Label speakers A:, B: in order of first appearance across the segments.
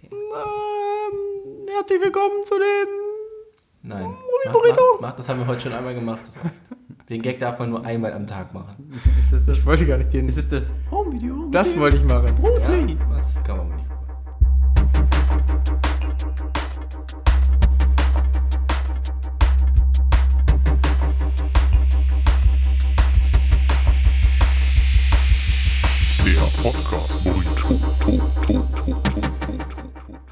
A: Ähm, herzlich willkommen zu dem
B: Nein.
A: Mami Burrito.
B: Mach, mach, das haben wir heute schon einmal gemacht. Das, den Gag darf man nur einmal am Tag machen.
A: Ist das das? Ich wollte gar nicht den.
C: Ist es das?
A: Home-Video. Home
C: Das wollte ich machen.
A: Bruce
B: Ja,
A: Lee.
B: das kann man wohl nicht. machen.
D: Der Podcast Burrito. Tu, tu, tu, tu, tu, tu, tu.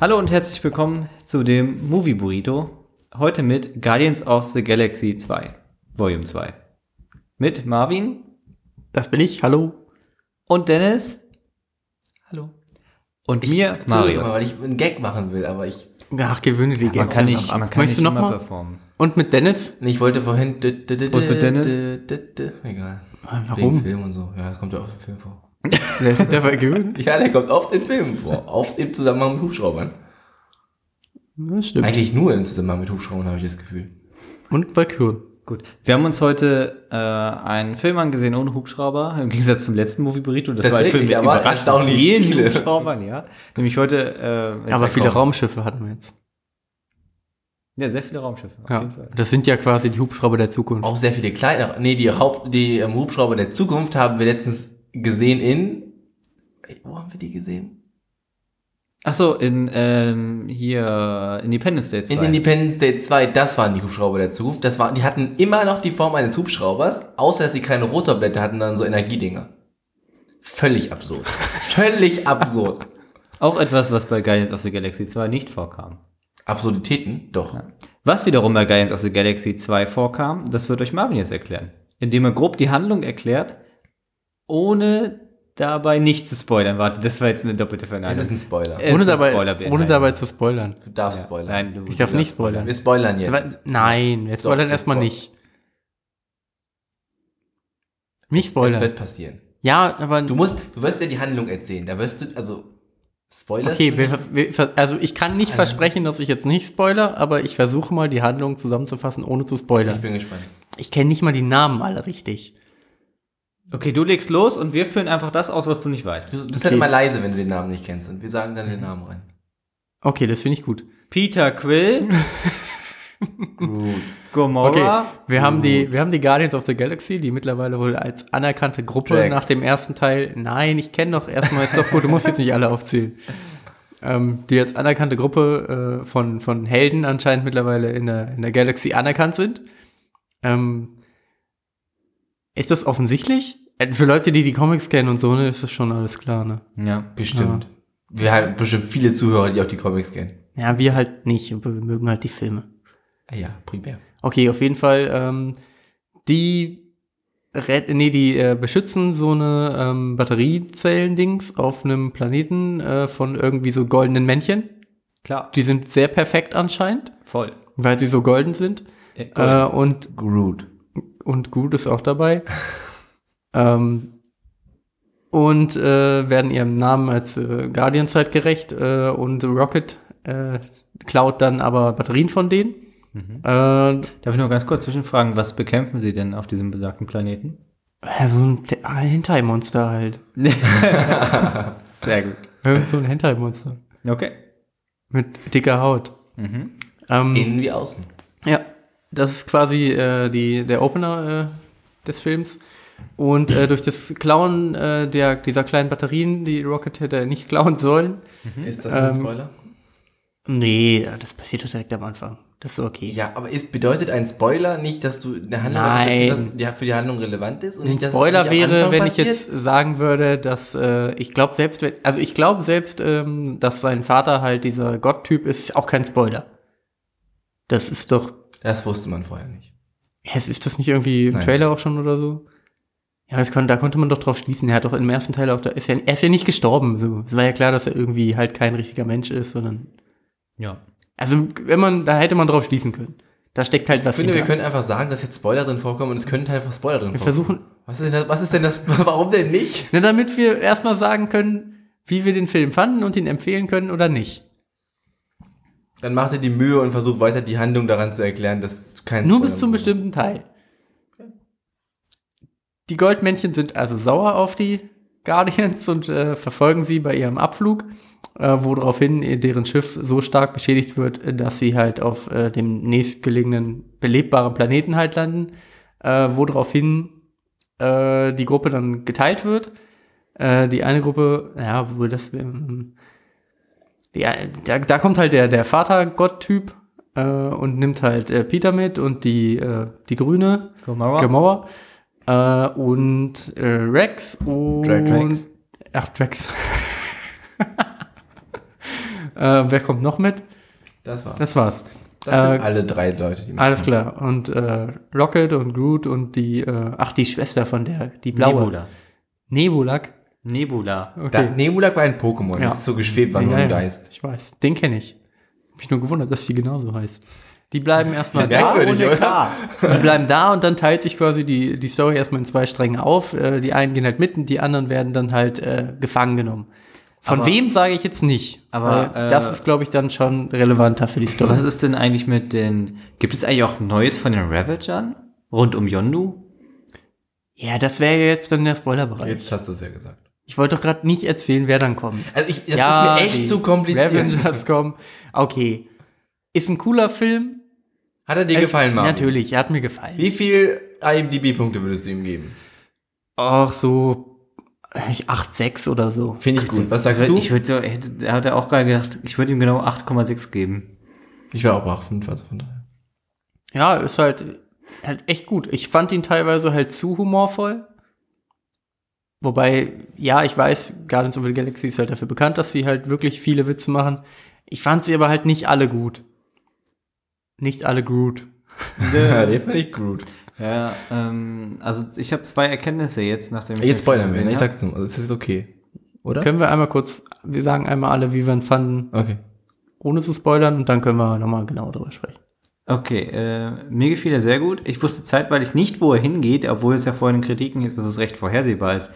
C: Hallo und herzlich willkommen zu dem Movie Burrito. Heute mit Guardians of the Galaxy 2, Volume 2. Mit Marvin
A: Das bin ich. Hallo.
C: und Dennis
B: Hallo.
C: und mir,
B: Marius. Mal, weil
C: Marius.
B: ich einen Gag machen will, aber ich.
A: Ach, gewöhne die
C: Man kann nicht,
A: ab.
C: man kann
A: Möchtest
C: nicht
A: du noch
C: immer
A: mal?
C: performen.
A: Und mit Dennis?
B: Nee, Ich wollte vorhin. d- d- d-
C: Und mit
B: d-
C: Dennis?
B: d- d- d- Egal. Wegen
A: Warum?
B: Film und so. Ja, kommt ja oft in Filmen vor.
A: Der, der war gewöhnt.
B: Ja, der kommt oft in Filmen vor. Oft im Zusammenhang mit Hubschraubern.
A: Das stimmt.
B: Eigentlich nur im Zusammenhang mit Hubschraubern, habe ich das Gefühl.
A: Und Valkyrie.
C: Gut. Wir haben uns heute äh, einen Film angesehen ohne Hubschrauber, im Gegensatz zum letzten Movie Burrito. Das war ein
B: Tatsächlich,
C: Film mit
B: aber
C: überraschend
B: erstaunlich
C: vielen
B: viele.
C: Hubschraubern, ja. Nämlich heute... Äh, jetzt
A: Aber
C: der
A: viele
C: Korb.
A: Raumschiffe hatten wir jetzt.
C: Ja, sehr viele Raumschiffe. Auf
A: Ja.
C: jeden Fall.
A: Das sind ja quasi die Hubschrauber der Zukunft.
B: Auch sehr viele kleine. Nee, die Haupt, die ähm, Hubschrauber der Zukunft haben wir letztens gesehen in. Wo haben wir die gesehen?
C: Ach so, in ähm, hier Independence Day 2.
B: In Independence Day 2, das waren die Hubschrauber der Zukunft. Das waren, die hatten immer noch die Form eines Hubschraubers, außer dass sie keine Rotorblätter hatten, sondern so Energiedinger. Völlig absurd. Völlig absurd.
C: Auch etwas, was bei Guardians of the Galaxy 2 nicht vorkam.
B: Absurditäten? Doch.
C: Was wiederum bei Guardians of the Galaxy 2 vorkam, das wird euch Marvin jetzt erklären. Indem er grob die Handlung erklärt, ohne dabei nicht zu spoilern. Warte, das war jetzt eine doppelte
B: Es
C: Verneinung.
B: ist ein Spoiler.
C: Äh,
A: ohne
C: ist ein
A: dabei,
C: Spoiler beinhaltet.
A: ohne dabei zu spoilern.
B: Du darfst
C: Ja.
B: spoilern.
C: Nein, du,
A: Ich darf
C: du
A: nicht
C: darfst
A: spoilern.
B: Wir spoilern jetzt.
A: Aber- Nein, wir spoilern
B: wir
A: erstmal
B: spoilern.
A: nicht. Nicht
B: Das
A: spoilern.
B: wird passieren.
A: Ja, aber
B: Du musst, du wirst ja die Handlung erzählen. Da wirst du, also, Spoiler.
A: okay, wir, wir, ver- also ich kann nicht versprechen, dass ich jetzt nicht spoiler, aber ich versuche mal die Handlung zusammenzufassen, ohne zu
B: Ich
A: spoilern.
B: bin gespannt.
A: Ich kenne nicht mal die Namen alle richtig.
C: Okay, du legst los und wir führen einfach das aus, was du nicht weißt.
B: Du bist
A: Okay.
B: halt immer leise, wenn du den Namen nicht kennst. Und wir sagen dann den Namen rein.
A: Okay, das finde ich gut.
C: Peter Quill,
B: Groot.
A: Okay,
C: Gomorrah,
A: wir haben, die, wir haben die Guardians of the Galaxy, die mittlerweile wohl als anerkannte Gruppe
B: Drax.
A: nach dem ersten Teil, nein, ich kenne doch erstmal, ist doch gut, du musst jetzt nicht alle aufzählen, ähm, die als anerkannte Gruppe äh, von, von Helden anscheinend mittlerweile in der, in der Galaxy anerkannt sind. Ähm, ist das offensichtlich? Äh, Für Leute, die die Comics kennen und so, ne, ist das schon alles klar, ne?
C: Ja.
B: Bestimmt. Wir haben bestimmt viele Zuhörer, die auch die Comics kennen.
A: Ja, wir halt nicht, aber wir mögen halt die Filme.
B: Ah Ja, primär.
A: Okay, auf jeden Fall, ähm, die, red, nee, die äh, beschützen so eine ähm, Batteriezellen-Dings auf einem Planeten äh, von irgendwie so goldenen Männchen.
C: Klar,
A: Die sind sehr perfekt anscheinend,
C: voll.
A: weil sie so golden sind.
C: Äh, cool.
A: Äh, und,
B: Groot.
A: und gut ist auch dabei. ähm, und äh, werden ihrem Namen als äh, Guardians halt gerecht. Äh, und Rocket äh, klaut dann aber Batterien von denen. Äh,
C: Darf ich nur ganz kurz zwischenfragen, was bekämpfen Sie denn auf diesem besagten Planeten?
A: Ja, so ein Te- ah, Hentai-Monster halt.
C: Sehr gut.
A: Irgend so ein Hentai-Monster.
C: Okay.
A: Mit dicker Haut.
C: Mhm.
A: Ähm,
B: Innen wie außen.
A: ja, das ist quasi äh, die, der Opener äh, des Films. Und äh, durch das Klauen äh, der, dieser kleinen Batterien, die Rocket hätte er nicht klauen sollen.
B: Ist das
A: Ähm,
B: ein Spoiler?
A: Nee, das passiert doch direkt am Anfang. Das ist okay.
B: Ja, aber ist, bedeutet ein Spoiler nicht, dass du eine Handlung
A: Nein.
B: dass das- der für die Handlung relevant ist? Und
A: Ein
B: nicht, dass es
A: Spoiler
B: nicht am
A: wäre,
B: Anfang
A: wenn
B: passiert?
A: ich jetzt sagen würde, dass äh, ich glaube selbst, wenn, also ich glaube selbst, ähm, dass sein Vater halt dieser Gotttyp ist, auch kein Spoiler. Das ist doch,
B: Das wusste man vorher nicht.
A: hä, ist das nicht irgendwie im
B: Nein.
A: Trailer auch schon oder so? Ja, das konnte, da konnte man doch drauf schließen. Er hat doch im ersten Teil auch, da ist ja, er ist ja nicht gestorben. So, es war ja klar, dass er irgendwie halt kein richtiger Mensch ist, sondern
C: Ja.
A: also wenn man, da hätte man drauf schließen können. Da steckt halt was
B: Ich finde, wir
A: hinter.
B: können einfach sagen, dass jetzt Spoiler drin vorkommen und es könnten einfach Spoiler drin
A: wir
B: vorkommen.
A: versuchen,
B: Was ist denn das? Was ist denn das warum denn nicht?
A: Na, damit wir erstmal sagen können, wie wir den Film fanden und ihn empfehlen können oder nicht.
B: Dann mach dir die Mühe und versuch weiter die Handlung daran zu erklären, dass kein
A: Nur
B: Spoiler
A: bis zum
B: drin
A: bestimmten Teil. Die Goldmännchen sind also sauer auf die Guardians und äh, verfolgen sie bei ihrem Abflug. äh, woraufhin äh, deren Schiff so stark beschädigt wird, äh, dass sie halt auf äh, dem nächstgelegenen belebbaren Planeten halt landen, äh, woraufhin äh, die Gruppe dann geteilt wird. Äh, die eine Gruppe, ja, wo das, ähm, die, ein- da, da kommt halt der, der Vatergott-Typ äh, und nimmt halt äh, Peter mit und die, äh, die Grüne,
C: Gomorra.
A: Gamora äh, und äh, Rex und
C: Drax.
A: ach Drax. äh, wer kommt noch mit?
B: Das war's.
A: Das war's.
B: Das sind
A: äh,
B: alle drei Leute, die
A: Alles klar. Und äh, Rocket und Groot und die äh, ach die Schwester von der die blaue
C: Nebula.
A: Nebulak.
C: Nebula.
A: Okay.
B: Da, Nebulak war ein Pokémon,
A: Ja.
B: das ist so geschwebt, war
A: Ja,
B: nur
A: ja,
B: ein Geist.
A: Ich weiß. Den kenne ich. Hab mich nur gewundert, dass die genauso heißt. Die bleiben erstmal da.
B: Merkwürdig,
C: ohne
B: oder?
C: K.
A: Die bleiben da und dann teilt sich quasi die, die Story erstmal in zwei Stränge auf. Äh, die einen gehen halt mitten, die anderen werden dann halt äh, gefangen genommen. Von
C: Aber-
A: wem sage ich jetzt nicht.
C: Aber,
A: Weil
C: äh,
A: das ist, glaube ich, dann schon relevanter für die
C: Was
A: Story.
C: ist denn eigentlich mit den. Gibt es eigentlich auch Neues von den Ravagern? Rund um Yondu?
A: Ja, das wäre ja jetzt dann der
B: Jetzt
A: Spoilerbereich.
B: hast du es ja gesagt.
A: Ich wollte doch gerade nicht erzählen, wer dann kommt.
B: Also ich, das
A: ja,
B: ist mir echt
A: die
B: zu kompliziert.
A: Avengers kommen. Okay. Ist ein cooler Film.
B: Hat er dir
A: Es-
B: gefallen, Marvin?
A: Also, Natürlich, er hat mir gefallen.
B: Wie viel IMDb-Punkte würdest du ihm geben?
A: Ach so, ich- 8, 6 oder so.
B: Finde ich gut. Was sagst
C: ich
A: Also,
B: du?
C: würd- Also, Ich würde so, hätte, da hat er auch gerade gedacht, ich würde ihm genau 8,6 geben.
B: Ich war auch bei 5, also von daher.
A: Ja, ist halt, halt echt gut. Ich fand ihn teilweise halt zu humorvoll. Wobei, ja, ich weiß, Guardians of the Galaxy ist halt dafür bekannt, dass sie halt wirklich viele Witze machen. Ich fand sie aber halt nicht alle gut. Nicht alle Groot.
B: Ja, den fand ich gut.
C: Ja, ähm, also ich habe zwei Erkenntnisse jetzt, nachdem ich.
B: Jetzt
C: den Film
B: spoilern wir,
C: gesehen
B: ne? ich
C: hab.
B: sag's nur. Also es ist okay. Oder?
A: Können wir einmal kurz, wir sagen einmal alle, wie wir ihn fanden,
B: Okay.
A: ohne zu spoilern, und dann können wir nochmal genau drüber sprechen.
C: Okay, äh, mir gefiel er sehr gut. Ich wusste zeitweilig nicht, wo er hingeht, obwohl es ja vorhin in Kritiken ist, dass es recht vorhersehbar ist.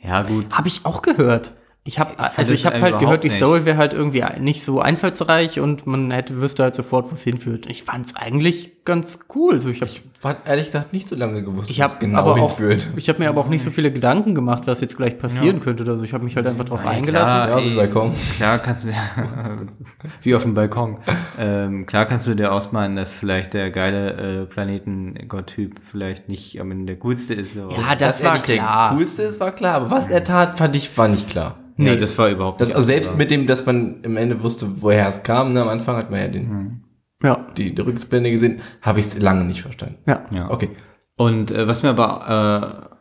C: Ja, gut.
A: Habe ich auch gehört. Ich habe
C: fand
A: also ich
C: das
A: habe halt
C: überhaupt
A: gehört, die
C: nicht.
A: Story wäre halt irgendwie nicht so einfallsreich und man hätte wüsste halt sofort, wo es hinführt. Ich fand's eigentlich ganz cool. So, ich habe
B: Hat ehrlich gesagt nicht so lange gewusst,
A: ich
B: wo es
A: hab
B: genau
A: aber auch,
B: hinführt.
A: ich habe mir aber auch nicht so viele Gedanken gemacht, was jetzt gleich passieren könnte oder so. Ich habe mich halt einfach drauf eingelassen.
B: Ja, so
C: ey,
B: Balkon.
C: Klar kannst du, wie auf dem Balkon, ähm, klar kannst du dir ausmalen, dass vielleicht der geile äh, Planetengott-Typ vielleicht nicht am Ende der coolste ist. aber-
A: Ja, das
B: er
A: war
B: nicht der
A: klar.
B: Coolste ist, war klar. Aber was er tat, fand ich, war nicht klar.
C: nee.
A: nee.
C: das war überhaupt
B: Das,
C: nicht
B: also selbst
C: absehbar.
B: mit dem, dass man am Ende wusste, woher es kam, ne? am Anfang hat man ja den,
A: Hm. Ja,
B: die, die Rückblende gesehen, habe ich es lange nicht verstanden.
A: ja.
C: Ja.
B: Okay.
C: Und äh, was mir aber, äh,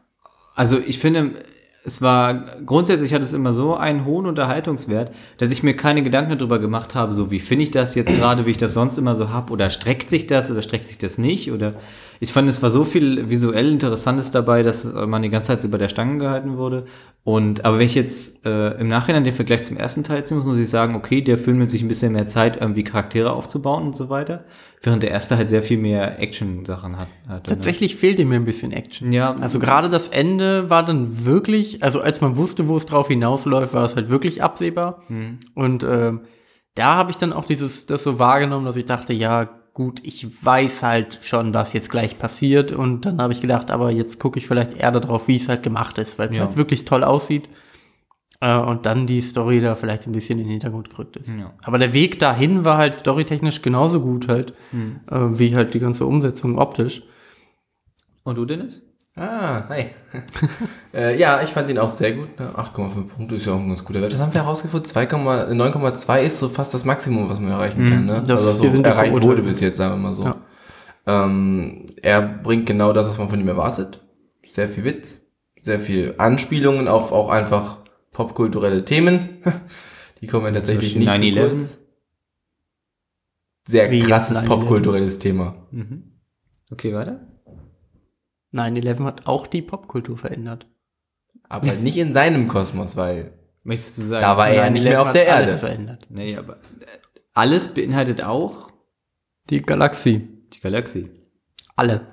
C: also ich finde, es war, grundsätzlich hat es immer so einen hohen Unterhaltungswert, dass ich mir keine Gedanken darüber gemacht habe, so wie finde ich das jetzt gerade, wie ich das sonst immer so habe, oder streckt sich das oder streckt sich das nicht, oder ich fand, es war so viel visuell Interessantes dabei, dass äh, man die ganze Zeit so bei der Stange gehalten wurde. Und, aber wenn ich jetzt äh, im Nachhinein den Vergleich zum ersten Teil ziehe, muss, muss ich sagen, okay, der Film nimmt sich ein bisschen mehr Zeit, irgendwie Charaktere aufzubauen und so weiter, während der erste halt sehr viel mehr Action-Sachen hat. hatte, ne?
A: Tatsächlich fehlte mir ein bisschen Action.
C: Ja.
A: Also gerade das Ende war dann wirklich, also als man wusste, wo es drauf hinausläuft, war es halt wirklich absehbar.
C: Mhm.
A: Und ähm, da habe ich dann auch dieses, das so wahrgenommen, dass ich dachte, ja, gut, ich weiß halt schon, was jetzt gleich passiert. Und dann habe ich gedacht, aber jetzt gucke ich vielleicht eher darauf, wie es halt gemacht ist, weil es
C: Ja.
A: halt wirklich toll aussieht. Äh, und dann die Story da vielleicht ein bisschen in den Hintergrund gerückt ist.
C: Ja.
A: Aber der Weg dahin war halt storytechnisch genauso gut halt,
C: Mhm.
A: äh, wie halt die ganze Umsetzung optisch.
C: Und du, Dennis?
B: Ah, hi. äh, ja, ich fand ihn auch sehr gut. Ne? 8,5 Punkte ist ja auch ein ganz guter Wert. Das haben wir herausgefunden. äh, 2,0 9,2 ist so fast das Maximum, was man erreichen kann. Ne?
A: Mhm. das-
B: also was so
A: wir sind ja
B: erreicht
A: verurteilt.
B: wurde bis jetzt, sagen wir mal so.
A: Ja.
B: Ähm, er bringt genau das, was man von ihm erwartet. Sehr viel Witz, sehr viel Anspielungen auf auch einfach popkulturelle Themen. Die kommen ja tatsächlich
C: Zum
B: nicht
C: Beispiel
B: zu
C: 9/11.
B: kurz. Sehr
A: Wie jetzt
B: krasses
A: 9/11.
B: popkulturelles Thema.
C: Mhm. Okay, weiter.
A: 9-11 hat auch die Popkultur verändert.
B: Aber nicht in seinem Kosmos, weil
C: Möchtest du sagen?
B: Da war er ja
A: 9/11
B: nicht mehr auf
A: hat
B: der
A: alles
B: Erde.
A: verändert.
C: Nee, aber äh, alles beinhaltet auch
A: Die Galaxie.
C: die Galaxie.
A: Alle.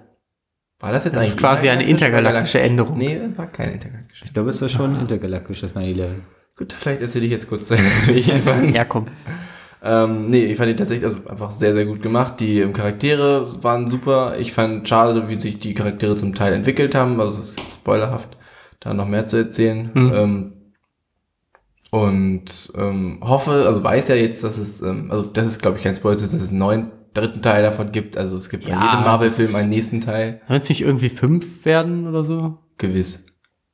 B: War das jetzt
A: Das ist quasi eine intergalaktische Änderung.
B: Nee, war keine intergalaktische.
C: Ich glaube, es war schon ein intergalaktisches 9-11.
B: Gut, vielleicht erzähle ich jetzt kurz zu Ende, wie ich ihn fand.
A: Ja, komm.
B: Ähm, nee, ich fand ihn tatsächlich also einfach sehr, sehr gut gemacht. Die ähm, Charaktere waren super. Ich fand schade, wie sich die Charaktere zum Teil Mhm. entwickelt haben. Also es ist jetzt spoilerhaft, da noch mehr zu erzählen.
A: Mhm.
B: Ähm, Und ähm, hoffe, also weiß ja jetzt, dass es, ähm, also das ist glaube ich kein Spoiler, dass es einen neuen dritten Teil davon gibt. Also es gibt von
A: Ja.
B: jedem Marvel-Film einen nächsten Teil.
A: Sollen es nicht irgendwie fünf werden oder so?
B: Gewiss.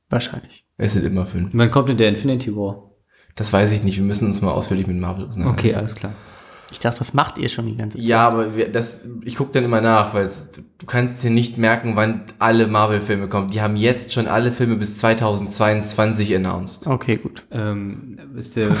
A: Wahrscheinlich.
B: Es sind immer fünf.
C: Wann kommt denn der Infinity War? Also,
B: Das weiß ich nicht. Wir müssen uns mal ausführlich mit Marvel auseinandersetzen.
C: Okay,
A: also-
C: alles klar.
A: Ich dachte, das macht ihr schon die ganze Zeit.
B: Ja, aber wir, das, ich guck dann immer nach, weil es, du kannst dir nicht merken, wann alle Marvel-Filme kommen. Die haben jetzt schon alle Filme bis 2022 announced.
A: Okay, gut.
C: Ähm, ist der,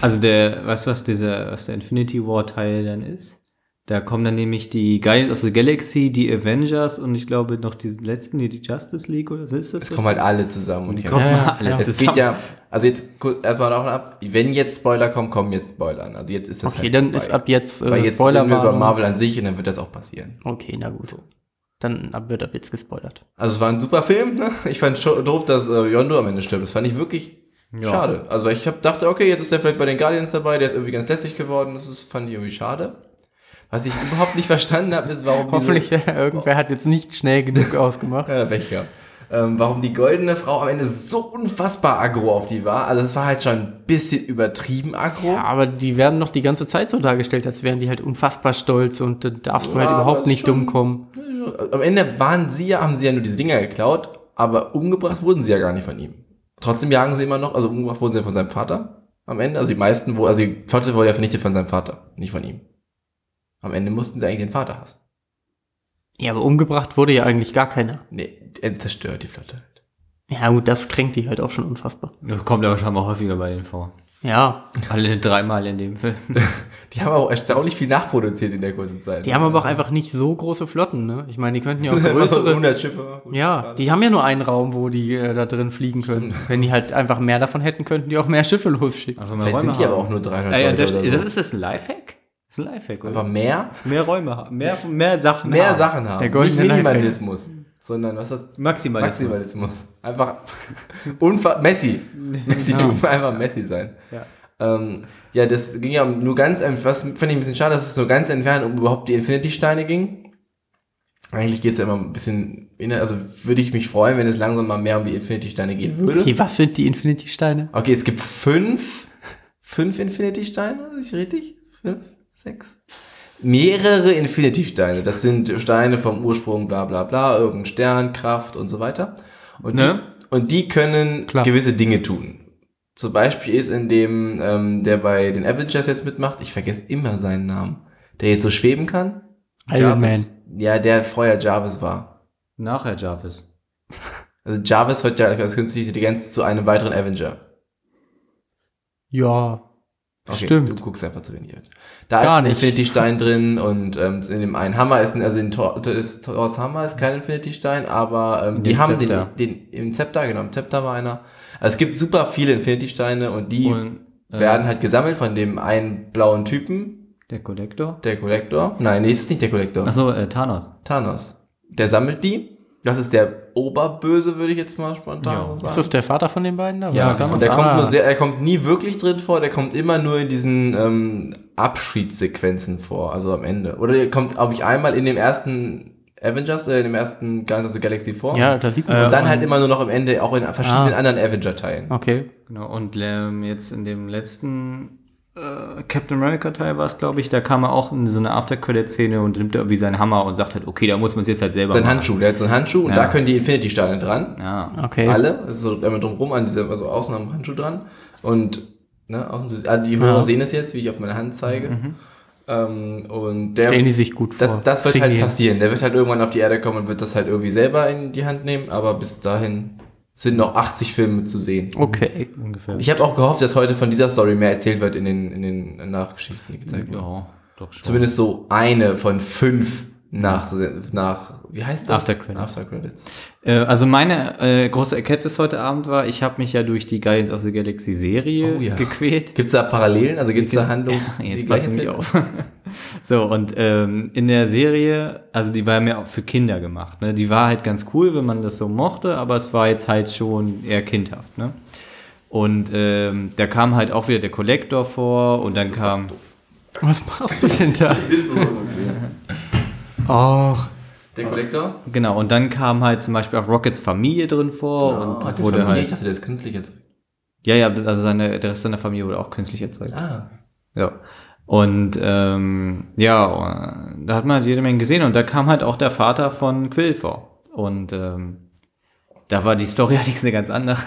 C: also der, weißt du, was dieser, was der Infinity War Teil dann ist? Da kommen dann nämlich die Guardians of the Galaxy, die Avengers und ich glaube noch die letzten, die, die Justice League oder so ist das?
B: Es
C: so?
B: kommen halt alle zusammen. Und
C: die
B: hier-
C: kommen
A: Ja, ja,
C: mal alle
A: ja.
B: es
C: zusammen.
B: geht ja, also jetzt kurz erstmal noch ab, wenn jetzt Spoiler kommen, kommen jetzt Spoiler an. Also jetzt ist das
A: Okay,
B: halt
A: dann
B: vorbei.
A: ist ab jetzt
B: weil
A: äh,
B: jetzt reden wir über
A: Spoilerwarnung.
B: Marvel an sich und dann wird das auch passieren.
A: Okay, na gut. Dann ab- wird ab jetzt gespoilert.
B: Also es war ein super Film, ne? Ich fand schon doof, dass äh, Yondo am Ende stirbt. Das fand ich wirklich
C: Ja.
B: schade. Also ich hab, dachte, okay, jetzt ist der vielleicht bei den Guardians dabei, der ist irgendwie ganz lässig geworden. Das ist, fand ich irgendwie schade. Was ich überhaupt nicht verstanden habe, ist, warum
A: Hoffentlich, irgendwer hat jetzt nicht schnell genug ausgemacht.
B: Diese, ja, Pech gehabt. Ähm, warum die goldene Frau am Ende so unfassbar aggro auf die war. Also es war halt schon ein bisschen übertrieben aggro.
A: Ja, aber die werden noch die ganze Zeit so dargestellt, als wären die halt unfassbar stolz und dann darfst du
B: Ja,
A: halt
B: aber
A: überhaupt
B: ist
A: nicht
B: schon-
A: dumm kommen.
B: Am Ende waren sie ja, haben sie ja nur diese Dinger geklaut, aber umgebracht wurden sie ja gar nicht von ihm. Trotzdem jagen sie immer noch, also umgebracht wurden sie ja von seinem Vater am Ende. Also die meisten, wo, also die Flotte wurde ja vernichtet von seinem Vater, nicht von ihm. Am Ende mussten sie eigentlich den Vater hassen.
A: Ja, aber umgebracht wurde ja eigentlich gar keiner.
B: Nee, er zerstört die Flotte. halt.
A: Ja, gut, das kränkt die halt auch schon unfassbar.
C: Das kommt aber scheinbar häufiger bei den vor.
A: Ja,
C: Alle dreimal in dem Film.
B: Die haben auch erstaunlich viel nachproduziert in der kurzen Zeit.
A: die haben aber auch einfach nicht so große Flotten, ne? Ich meine, die könnten ja auch
B: größere
A: größere.
B: 100 Schiffe. Gut,
A: Ja,
B: gerade.
A: die haben ja nur einen Raum, wo die äh, da drin fliegen können. Wenn die halt einfach mehr davon hätten, könnten die auch mehr Schiffe losschicken.
C: Einfach mal
B: Vielleicht sind die aber auch
C: haben.
B: nur 300
C: Ja, ja,
B: Leute
C: das,
B: oder so.
C: das ist das ein Lifehack? Das ist ein Lifehack, oder?
B: aber mehr,
C: mehr Räume haben, mehr, mehr Sachen
B: mehr
C: haben.
B: Sachen haben.
A: Der goldene
B: nicht
A: Lifehack.
B: Minimalismus, sondern was ist das?
C: Maximalismus.
B: Maximalismus. Einfach unver Messi. Messi
A: Ja.
B: tun, einfach Messi sein.
C: Ja.
B: Ähm, ja, das ging ja um nur ganz entfernt, was finde ich ein bisschen schade, dass es nur ganz entfernt um überhaupt die Infinity-Steine ging. Eigentlich geht es ja immer ein bisschen, in, also würde ich mich freuen, wenn es langsam mal mehr um die Infinity-Steine gehen würde. Okay.
A: Okay, was sind die Infinity-Steine?
B: es gibt fünf, fünf Infinity-Steine, ist ich richtig? Fünf, sechs? Mehrere Infinity-Steine, das sind Steine vom Ursprung, bla bla bla, irgendein Stern, Kraft und so weiter. Und
C: Ne?
B: und die können
A: Klar.
B: gewisse Dinge tun. Zum Beispiel ist in dem, ähm, der bei den Avengers jetzt mitmacht, ich vergesse immer seinen Namen, der jetzt so schweben kann.
A: Iron
C: Jarvis.
A: Man.
B: Ja, der vorher Jarvis war.
C: Nachher Jarvis.
B: Also Jarvis wird ja als künstliche Intelligenz zu einem weiteren Avenger.
A: Ja, Stimmt.
B: Du guckst einfach zu wenig. Avengers. Da
A: Gar
B: ist ein
A: nicht.
B: Infinity-Stein drin und ähm, in dem einen Hammer ist, ein, also in Thor, ist, Thors Hammer ist kein Infinity-Stein, aber ähm, die
C: Den
B: haben
C: Zepter.
B: den, den im Zepter, genau, im Zepter war einer. Also es gibt super viele Infinity-Steine und die
C: Und, äh,
B: werden halt gesammelt von dem einen blauen Typen,
C: der Kollektor.
B: der Kollektor. Nein, nee, ist nicht der Kollektor.
C: Achso, äh, Thanos.
B: Thanos. Der sammelt die. Das ist der Oberböse, würde ich jetzt mal spontan
C: Ja.
A: ist
B: sagen.
A: das der Vater von den beiden da?
C: Ja,
A: War das
B: Und der
A: anders?
B: kommt
A: Ah.
B: nur sehr, er kommt nie wirklich drin vor, der kommt immer nur in diesen ähm, Abschiedssequenzen vor, also am Ende. Oder der kommt, glaube ich, einmal in dem ersten Avengers, äh, in dem ersten Guardians of the Galaxy vor.
A: Ja, da sieht man.
C: Äh,
B: Und dann
C: und-
B: halt immer nur noch am Ende, auch in verschiedenen
A: Ah.
B: anderen Avenger-Teilen.
A: okay.
C: Genau, und ähm, jetzt in dem letzten äh, Captain America-Teil war es, glaube ich, da kam er auch in so eine After-Credit-Szene und nimmt irgendwie seinen Hammer und sagt halt, okay, da muss man es jetzt halt selber
B: Sein
C: machen.
B: Handschuh, der hat so einen Handschuh und
C: Ja.
B: da können die Infinity-Steine dran.
C: Ja.
A: Okay.
B: alle, also einmal drumherum an diesem, also außen am Handschuh dran und ne, außen, du- ah, die Hörer
A: Ja. Mhm.
B: sehen es jetzt, wie ich auf meine Hand zeige. Ähm, und
A: Stellen die
B: der,
A: sich gut vor.
B: das, das wird
A: Kriegen
B: halt
A: die hin.
B: passieren. Der wird halt irgendwann auf die Erde kommen und wird das halt irgendwie selber in die Hand nehmen, aber bis dahin sind noch 80 Filme zu sehen.
A: Okay.
C: Ungefähr.
B: Ich habe auch gehofft, dass heute von dieser Story mehr erzählt wird in den, in den Nachgeschichten, die gezeigt wurden.
C: ja, doch schon.
B: Zumindest so eine von fünf nach, nach wie heißt das?
C: After Credits.
B: After Credits.
C: Äh, also meine äh, große Erkenntnis heute Abend war, ich habe mich ja durch die Guardians of the Galaxy-Serie
B: Oh ja.
C: gequält.
B: Gibt es da Parallelen? Also gibt es da Handlungs...
C: Ja,
B: die
C: jetzt
B: gleich
C: passt nämlich
B: erzählt
C: auf. so, und ähm, in der Serie, also die war mehr auch für Kinder gemacht. Ne? Die war halt ganz cool, wenn man das so mochte, aber es war jetzt halt schon eher kindhaft. Ne? Und ähm, da kam halt auch wieder der Kollektor vor und dann kam.
A: Was machst du denn da?
B: werden?
A: Och.
B: Der Kollektor?
C: Genau, und dann kam halt zum Beispiel auch Rockets Familie drin vor
B: Ah,
C: und
B: das
C: wurde
B: Familie,
C: halt.
B: ich dachte, der ist künstlich jetzt.
C: Ja, ja, also seine, der Rest seiner Familie wurde auch künstlich erzeugt.
B: Ah.
C: Ja. Und ähm, ja, da hat man halt jede Menge gesehen und da kam halt auch der Vater von Quill vor. Und ähm, da war die Story allerdings eine ganz andere.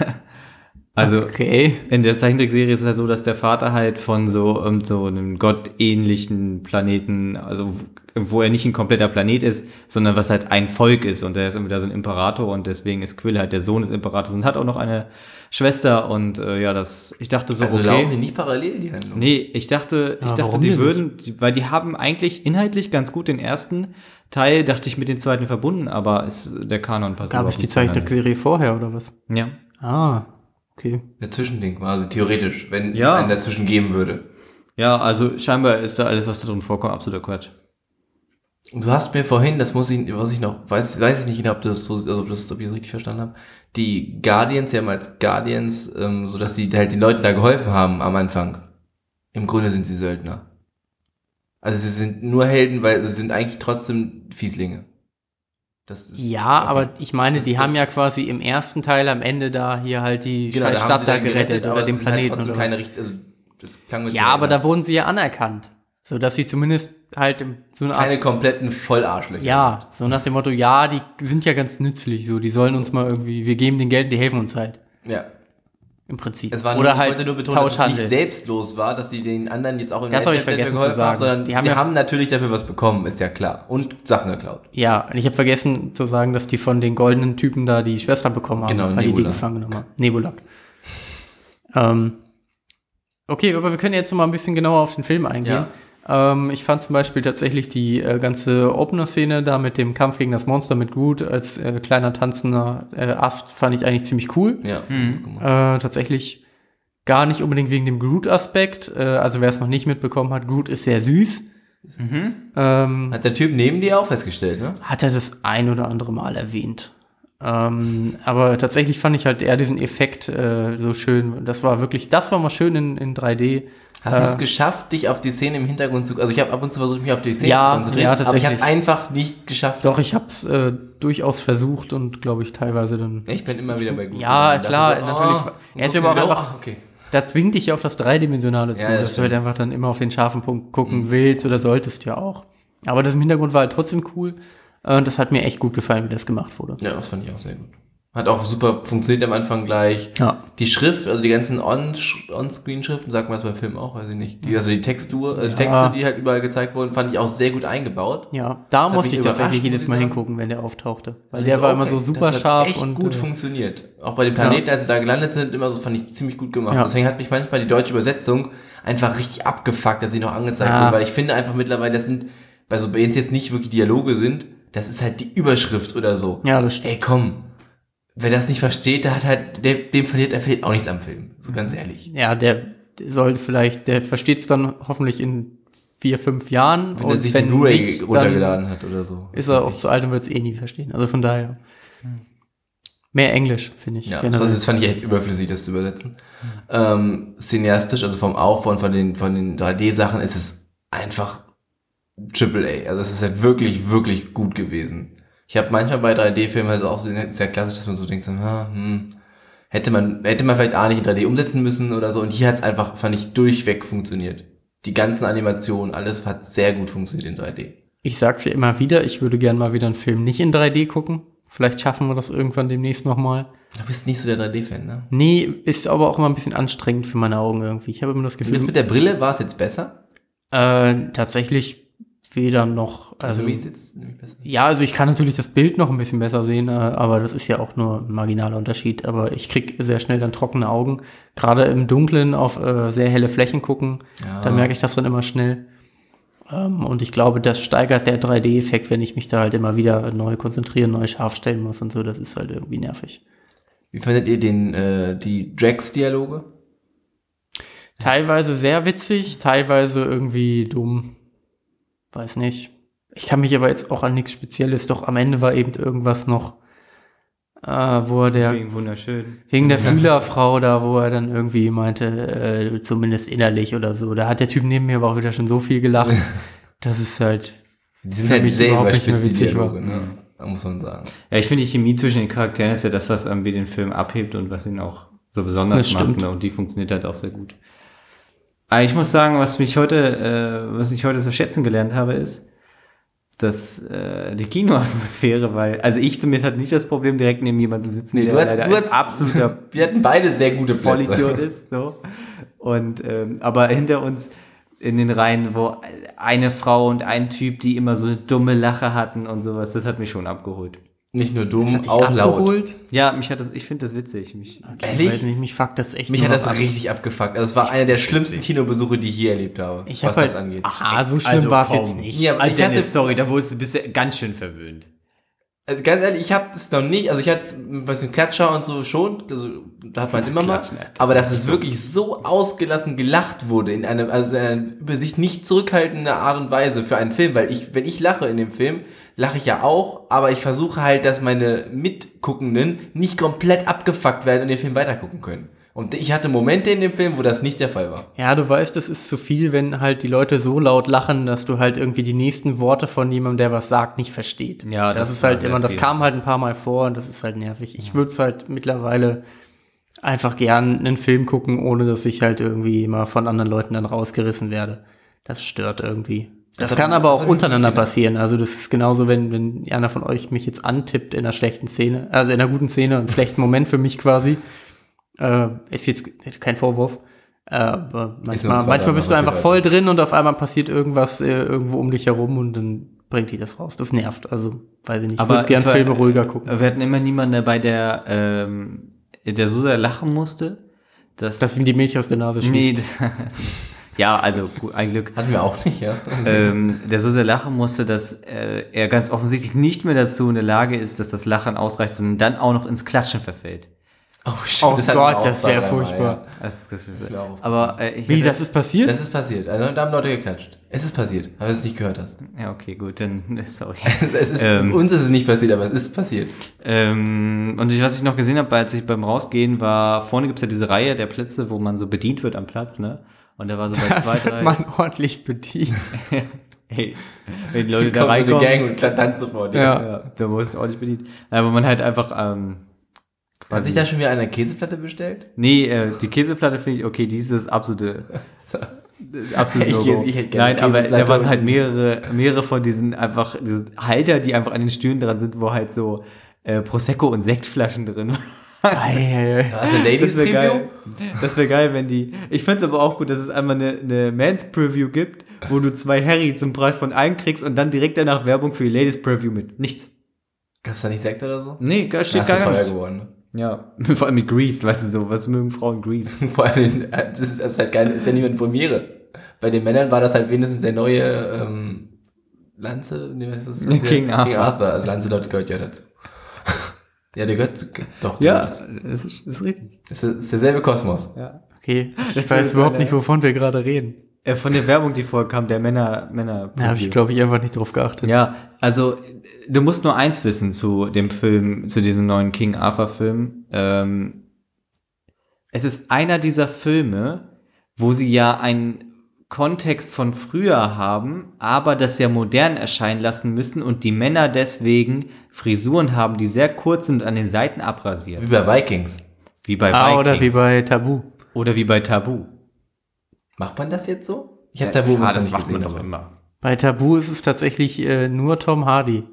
C: Also
A: Okay.
C: in der Zeichentrickserie ist es halt so, dass der Vater halt von so, ähm, so einem gottähnlichen Planeten, also wo wo er nicht ein kompletter Planet ist, sondern was halt ein Volk ist und der ist irgendwie da so ein Imperator und deswegen ist Quill halt der Sohn des Imperators und hat auch noch eine Schwester und äh, ja, das, ich dachte so,
B: Also
C: okay.
B: laufen die nicht parallel, die Handlung.
C: Nee, ich dachte, ich
A: Ja,
C: dachte,
A: Ah, warum
C: die
A: denn
C: würden, die, weil die haben eigentlich inhaltlich ganz gut den ersten Teil, dachte ich, mit dem zweiten verbunden, aber ist der Kanon
B: Also
C: passt
A: Gab es
C: überhaupt
A: die
C: nicht zueinander.
A: Zeichentrickserie vorher oder was?
C: Ja.
A: Ah, okay.
B: Ein Zwischending quasi, theoretisch, wenn
C: Ja.
B: es einen dazwischen geben würde.
C: Ja, also scheinbar ist da alles, was da drin vorkommt, absoluter Quatsch.
B: Und Du hast mir vorhin, das muss ich, was ich noch, weiß, weiß ich nicht genau, ob du das so, also ob, das, ob ich das richtig verstanden habe, die Guardians ja mal als Guardians, ähm, so dass sie halt den Leuten da geholfen haben am Anfang. Im Grunde sind sie Söldner. Also sie sind nur Helden, weil sie sind eigentlich trotzdem Fieslinge. Das ist,
A: Ja,
B: okay.
A: aber ich meine,
B: Das-
A: die haben ja
B: das-
A: quasi im ersten Teil am Ende da hier halt die
B: Genau,
A: scheiß
B: haben sie
A: Stadt da
B: dann
A: gerettet,
B: aber
A: oder
B: es
A: den
B: sind halt
A: Planeten
B: trotzdem
A: oder
B: keine
A: was.
B: richt- also, das klang mir
A: Ja,
B: so
A: aber
B: an.
A: da wurden sie ja anerkannt. So dass sie zumindest halt im, so eine Art,
B: keine kompletten Vollarschlöcher.
A: ja, so nach dem Motto, ja, die sind ja ganz nützlich, so, die sollen uns mal irgendwie, wir geben denen Geld, die helfen uns halt.
B: ja.
A: Im Prinzip.
B: Es war
A: oder
B: nur, ich
A: halt
B: wollte nur betonen, dass es
A: Tauschhandel.
B: nicht selbstlos war, dass sie den anderen jetzt auch im
A: Das habe ich
B: Endeffekt dafür
A: vergessen zu sagen.
B: sondern
A: Die haben
B: sie
A: ja-
B: haben natürlich dafür was bekommen, ist ja klar. Und Sachen geklaut.
A: Ja, und ich habe vergessen zu sagen, dass die von den goldenen Typen da die Schwester bekommen haben,
B: Genau,
A: weil die die
B: Nebula.
A: gefangen genommen haben. Nebulak. ähm, okay, aber wir können jetzt noch mal ein bisschen genauer auf den Film eingehen. Ähm, ich fand zum Beispiel tatsächlich die äh, ganze Opener-Szene da mit dem Kampf gegen das Monster mit Groot als äh, kleiner tanzender äh, Ast fand ich eigentlich ziemlich cool.
B: Ja. Guck mal.
A: Äh, tatsächlich gar nicht unbedingt wegen dem Groot-Aspekt. Äh, also wer es noch nicht mitbekommen hat, Groot ist sehr süß.
B: Mhm.
A: Ähm,
B: Hat der Typ neben dir auch festgestellt, ne?
A: hat er das ein oder andere Mal erwähnt. Ähm, aber tatsächlich fand ich halt eher diesen Effekt äh, so schön. Das war wirklich, das war mal schön in, in 3D.
B: Hast du
A: Äh.
B: es geschafft, dich auf die Szene im Hintergrund zu... Also ich habe ab und zu versucht, mich auf die Szene
A: Ja,
B: zu konzentrieren,
A: ja,
B: aber ich habe es
A: tatsächlich.
B: einfach nicht geschafft.
A: Doch, ich hab's äh, durchaus versucht und glaube ich teilweise dann.
B: Ich bin immer wieder bei Google.
A: Ja, klar, natürlich.
B: er
A: Er
B: ist
A: ist aber
B: ja
A: auch
B: auch
A: einfach-
B: einfach... Okay.
A: Da zwingt dich ja auch das Dreidimensionale zu,
B: Ja, das
A: dass du halt
B: stimmt. Mhm.
A: einfach dann immer auf den scharfen Punkt gucken willst oder solltest ja auch. Aber das im Hintergrund war halt trotzdem cool. Äh, Und das hat mir echt gut gefallen, wie das gemacht wurde.
B: Ja, das fand ich auch sehr gut. Hat auch super funktioniert am Anfang gleich.
A: Ja.
B: Die Schrift, also die ganzen On- Sch- On-Screen-Schriften, sagt man das beim Film auch, weiß ich nicht. Die, also die Textur, äh, die Texte, die halt überall gezeigt wurden, fand ich auch sehr gut eingebaut.
A: Ja, da
B: hat
A: musste
B: mich
A: ich tatsächlich
B: überrascht, muss
A: jedes
B: ich
A: Mal
B: sagen.
A: hingucken, wenn der auftauchte. Weil
B: Also
A: der
B: so,
A: war immer
B: okay,
A: so super
B: das hat
A: scharf
B: echt
A: und
B: gut
A: äh,
B: funktioniert. Auch bei dem Planeten, als sie da gelandet sind, immer so fand ich ziemlich gut gemacht.
A: Ja.
B: Deswegen hat mich manchmal die deutsche Übersetzung einfach richtig abgefuckt, dass sie noch angezeigt
A: Ja.
B: wurde, weil ich finde einfach mittlerweile, das sind, bei so wenn es jetzt nicht wirklich Dialoge sind, das ist halt die Überschrift oder so.
A: Ja, das stimmt.
B: Ey, komm. Wer das nicht versteht, der hat halt, der, dem verliert, er verliert auch nichts am Film. So ganz ehrlich.
A: Ja, der soll vielleicht, der versteht es dann hoffentlich in vier, fünf Jahren.
B: Wenn er sich die Blu-ray
A: nicht,
B: runtergeladen hat oder so.
A: dann Ist er auch zu alt und wird es eh nie verstehen. Also von daher. Mehr Englisch, finde ich.
B: Ja, das,
A: generell.
B: das fand ich echt überflüssig, das zu übersetzen. Ähm, cineastisch, also vom Aufbau und von den, von den 3D-Sachen ist es einfach Triple A. Also es ist halt wirklich, wirklich gut gewesen. Ich habe manchmal bei 3D-Filmen also auch so, ist ja klassisch, dass man so denkt, so, ah, hm, hätte man, hätte man vielleicht A nicht in 3D umsetzen müssen oder so. Und hier hat es einfach, fand ich, durchweg funktioniert. Die ganzen Animationen, alles hat sehr gut funktioniert in 3D.
A: ich sag's ja immer wieder, ich würde gern mal wieder einen Film nicht in 3D gucken. Vielleicht schaffen wir das irgendwann demnächst nochmal.
B: Du bist nicht so der 3D-Fan, ne?
A: Nee, ist aber auch immer ein bisschen anstrengend für meine Augen irgendwie. Ich habe immer das
B: Und jetzt
A: Gefühl,
B: mit der Brille war es jetzt besser?
A: äh, tatsächlich weder noch. Also,
B: für mich ist jetzt nämlich besser.
A: Ja, also ich kann natürlich das Bild noch ein bisschen besser sehen, äh, aber das ist ja auch nur ein marginaler Unterschied. Aber ich krieg sehr schnell dann trockene Augen. Gerade im Dunkeln auf äh, sehr helle Flächen gucken,
B: Ja.
A: da merke ich das dann immer schnell. Ähm, und ich glaube, das steigert der 3D-Effekt, wenn ich mich da halt immer wieder neu konzentrieren, neu scharf stellen muss und so. Das ist halt irgendwie nervig.
B: Wie fandet ihr den, äh, die Drax-Dialoge?
A: Teilweise sehr witzig, teilweise irgendwie dumm. Weiß nicht. Ich kann mich aber jetzt auch an nichts Spezielles, doch am Ende war eben irgendwas noch, äh, wo er der
C: Deswegen wunderschön.
A: Wegen
B: Mhm.
A: der Fühlerfrau da, wo er dann irgendwie meinte, äh, zumindest innerlich oder so. Da hat der Typ neben mir aber auch wieder schon so viel gelacht. Das ist halt.
B: Die sind
A: Für
B: halt
A: mich
B: sehr
A: überhaupt nicht mehr
B: überspitzt, die
A: witzig Mhm. war.
B: Dialoge, ne? Da muss man sagen.
C: Ja, ich finde die Chemie zwischen den Charakteren ist ja das, was irgendwie den Film abhebt und was ihn auch so besonders
A: Das
C: macht.
A: stimmt.
C: Ne? Und die funktioniert halt auch sehr gut. Aber ich muss sagen, was mich heute, äh, was ich heute so schätzen gelernt habe, ist, dass äh, die Kinoatmosphäre, weil, also ich zumindest hatte nicht das Problem, direkt neben jemandem zu sitzen,
B: Nee,
C: der
B: du hast-
C: leider
B: du
C: ein
B: hast-
C: absoluter
B: Wir hatten beide sehr gute Plätze.
C: Vollidiot ist. So. Und, ähm, aber hinter uns in den Reihen, wo eine Frau und ein Typ, die immer so eine dumme Lache hatten und sowas, das hat mich schon abgeholt.
B: Nicht nur dumm, auch laut.
C: Ja, mich hat das, ich finde das witzig. Mich,
A: Ehrlich? Ich weiß nicht, mich fuckt das echt
B: Mich
A: nur
B: hat das
A: noch ab.
B: richtig abgefuckt. Also es war einer der schlimmsten Kinobesuche, die ich je erlebt habe,
A: Ich hab
B: was
A: halt,
B: das angeht.
A: Ah, so schlimm war es jetzt nicht.
B: Ja, aber ich hatte,
C: sorry, da wurdest du bisher ganz schön verwöhnt.
B: also ganz ehrlich, ich habe es noch nicht, also ich hatte ein bisschen Klatscher und so schon, also da hat man immer mal,
C: Klatschen, Alter, das
B: aber dass es wirklich so ausgelassen gelacht wurde, in einem, also in einer über sich nicht zurückhaltende Art und Weise für einen Film, weil ich, wenn ich lache in dem Film, lache ich ja auch, aber ich versuche halt, dass meine Mitguckenden nicht komplett abgefuckt werden und den Film weitergucken können. Und ich hatte Momente in dem Film, wo das nicht der Fall war.
A: Ja, du weißt, es ist zu viel, wenn halt die Leute so laut lachen, dass du halt irgendwie die nächsten Worte von jemandem, der was sagt, nicht versteht.
C: Ja,
A: das,
C: das
A: ist halt
C: war
A: immer,
C: sehr
A: das
C: viel.
A: kam halt ein paar Mal vor und das ist halt nervig. Ich würde es halt mittlerweile einfach gern einen Film gucken, ohne dass ich halt irgendwie immer von anderen Leuten dann rausgerissen werde. Das stört irgendwie. Das,
B: Das hab-
A: kann aber
B: das
A: auch
B: hab ich
A: untereinander
B: nicht gedacht.
A: passieren. Also das ist genauso, wenn, wenn einer von euch mich jetzt antippt in einer schlechten Szene, also in einer guten Szene, einem schlechten Moment für mich quasi. Äh, ist jetzt kein Vorwurf. Äh, aber
B: Ist
A: manchmal,
B: uns
A: manchmal
B: verdammt,
A: bist du
B: was
A: einfach
B: wir
A: voll drin und auf einmal passiert irgendwas äh, irgendwo um dich herum und dann bringt dich das raus. Das nervt. Also, weiß ich nicht. Ich
C: Aber
A: würde gern
C: es war- Äh,
A: Filme ruhiger gucken.
C: Wir hatten immer niemanden dabei, der, ähm, der so sehr lachen musste, dass.
A: Dass ihm die Milch aus der Nase schießt.
C: nee, das, ja, also gut, ein Glück.
B: Hatten wir auch nicht, ja.
C: ähm, der so sehr lachen musste, dass äh, er ganz offensichtlich nicht mehr dazu in der Lage ist, dass das Lachen ausreicht, sondern dann auch noch ins Klatschen verfällt.
B: Oh,
A: Oh
B: hatten wir
A: Gott,
B: auch
A: das
B: zwei,
A: wär
B: drei Mal,
A: furchtbar.
B: ja.
C: Das, das, das,
B: mir auch aufgefallen.
C: aber äh, ich
A: Wie,
C: hätte-
A: das ist passiert?
B: Das ist passiert. Also, da haben Leute geklatscht. Es ist passiert, aber es ist nicht gehört hast.
C: ja okay, gut, dann sorry.
B: Es ist,
C: Ähm.
B: Uns ist es nicht passiert, aber es ist passiert.
C: ähm, und ich, was ich noch gesehen habe, als ich beim Rausgehen war, vorne gibt's ja diese Reihe der Plätze, wo man so bedient wird am Platz, ne? Und da war so bei
A: Da
C: zwei,
A: wird
C: drei.
A: man ordentlich bedient.
C: Hey, wenn die Leute
B: Kommt
C: da
B: so
C: reinkommen,
B: eine Gang und kla- tanzt sofort. Ja.
A: Ja.
C: ja, da wurdest du ordentlich bedient. Aber man halt einfach ähm,
B: Hat sich da schon wieder eine Käseplatte bestellt?
C: Nee, äh, die Käseplatte finde ich, okay, die ist das absolute. das Absolute
B: Ich
C: Logo.
B: jetzt- ich hätte gerne
C: Nein, aber da
B: Käseplatte
C: waren
B: und-
C: halt mehrere, mehrere von diesen einfach, diesen Halter, die einfach an den Stühlen dran sind, wo halt so äh, Prosecco und Sektflaschen drin waren.
A: Eieiei.
B: Hast du Ladies
C: Das wäre
B: Preview?
C: geil. Das wäre geil, wenn die. Ich find's aber auch gut, dass es einmal eine, eine Mans Preview gibt, wo du zwei Harry zum Preis von einem kriegst und dann direkt danach Werbung für die Ladies Preview mit. Nichts.
B: Gab's da nicht Sekt oder so?
C: Nee, da
B: Das
C: steht
B: ist ja
C: gar
B: teuer
C: nichts.
B: geworden.
C: Ja, vor allem mit Grease, weißt du so, was mögen Frauen Grease?
B: ne? Vor allem, äh, das ist, das ist halt keine, ist ja nicht mehr eine Premiere. Bei den Männern war das halt wenigstens der neue ähm, Lanze, nee, was ist das? hier?
C: King Arthur.
B: King Arthur. Also Lancelot gehört ja dazu. ja, der gehört, doch, der
C: Ja,
B: gehört dazu.
C: das ist, das ist richtig.
B: Das ist, ist derselbe Kosmos.
C: Ja.
A: Okay,
C: Das
A: ich weiß
C: ist äh,
A: überhaupt
C: eine-
A: nicht, wovon wir gerade reden.
C: Äh, von der Werbung, die vorkam, der Männer, Männer.
A: Da habe ich, glaube ich, einfach nicht drauf geachtet.
C: Ja, also du musst nur eins wissen zu dem Film, zu diesem neuen King Arthur Film. Ähm, es ist einer dieser Filme, wo sie ja einen Kontext von früher haben, aber das ja modern erscheinen lassen müssen und die Männer deswegen Frisuren haben, die sehr kurz sind und an den Seiten
B: Wie
C: abrasiert.
B: bei Vikings.
C: Wie bei
A: ah,
C: Vikings.
A: oder wie bei Tabu.
C: oder wie bei Tabu.
B: Macht man das jetzt so? Ich habe Tabu
C: ja,
B: ja,
C: das
B: nicht
C: macht man
B: gesehen.
C: doch
B: aber-
C: immer.
A: Bei Tabu ist es tatsächlich äh, nur Tom Hardy.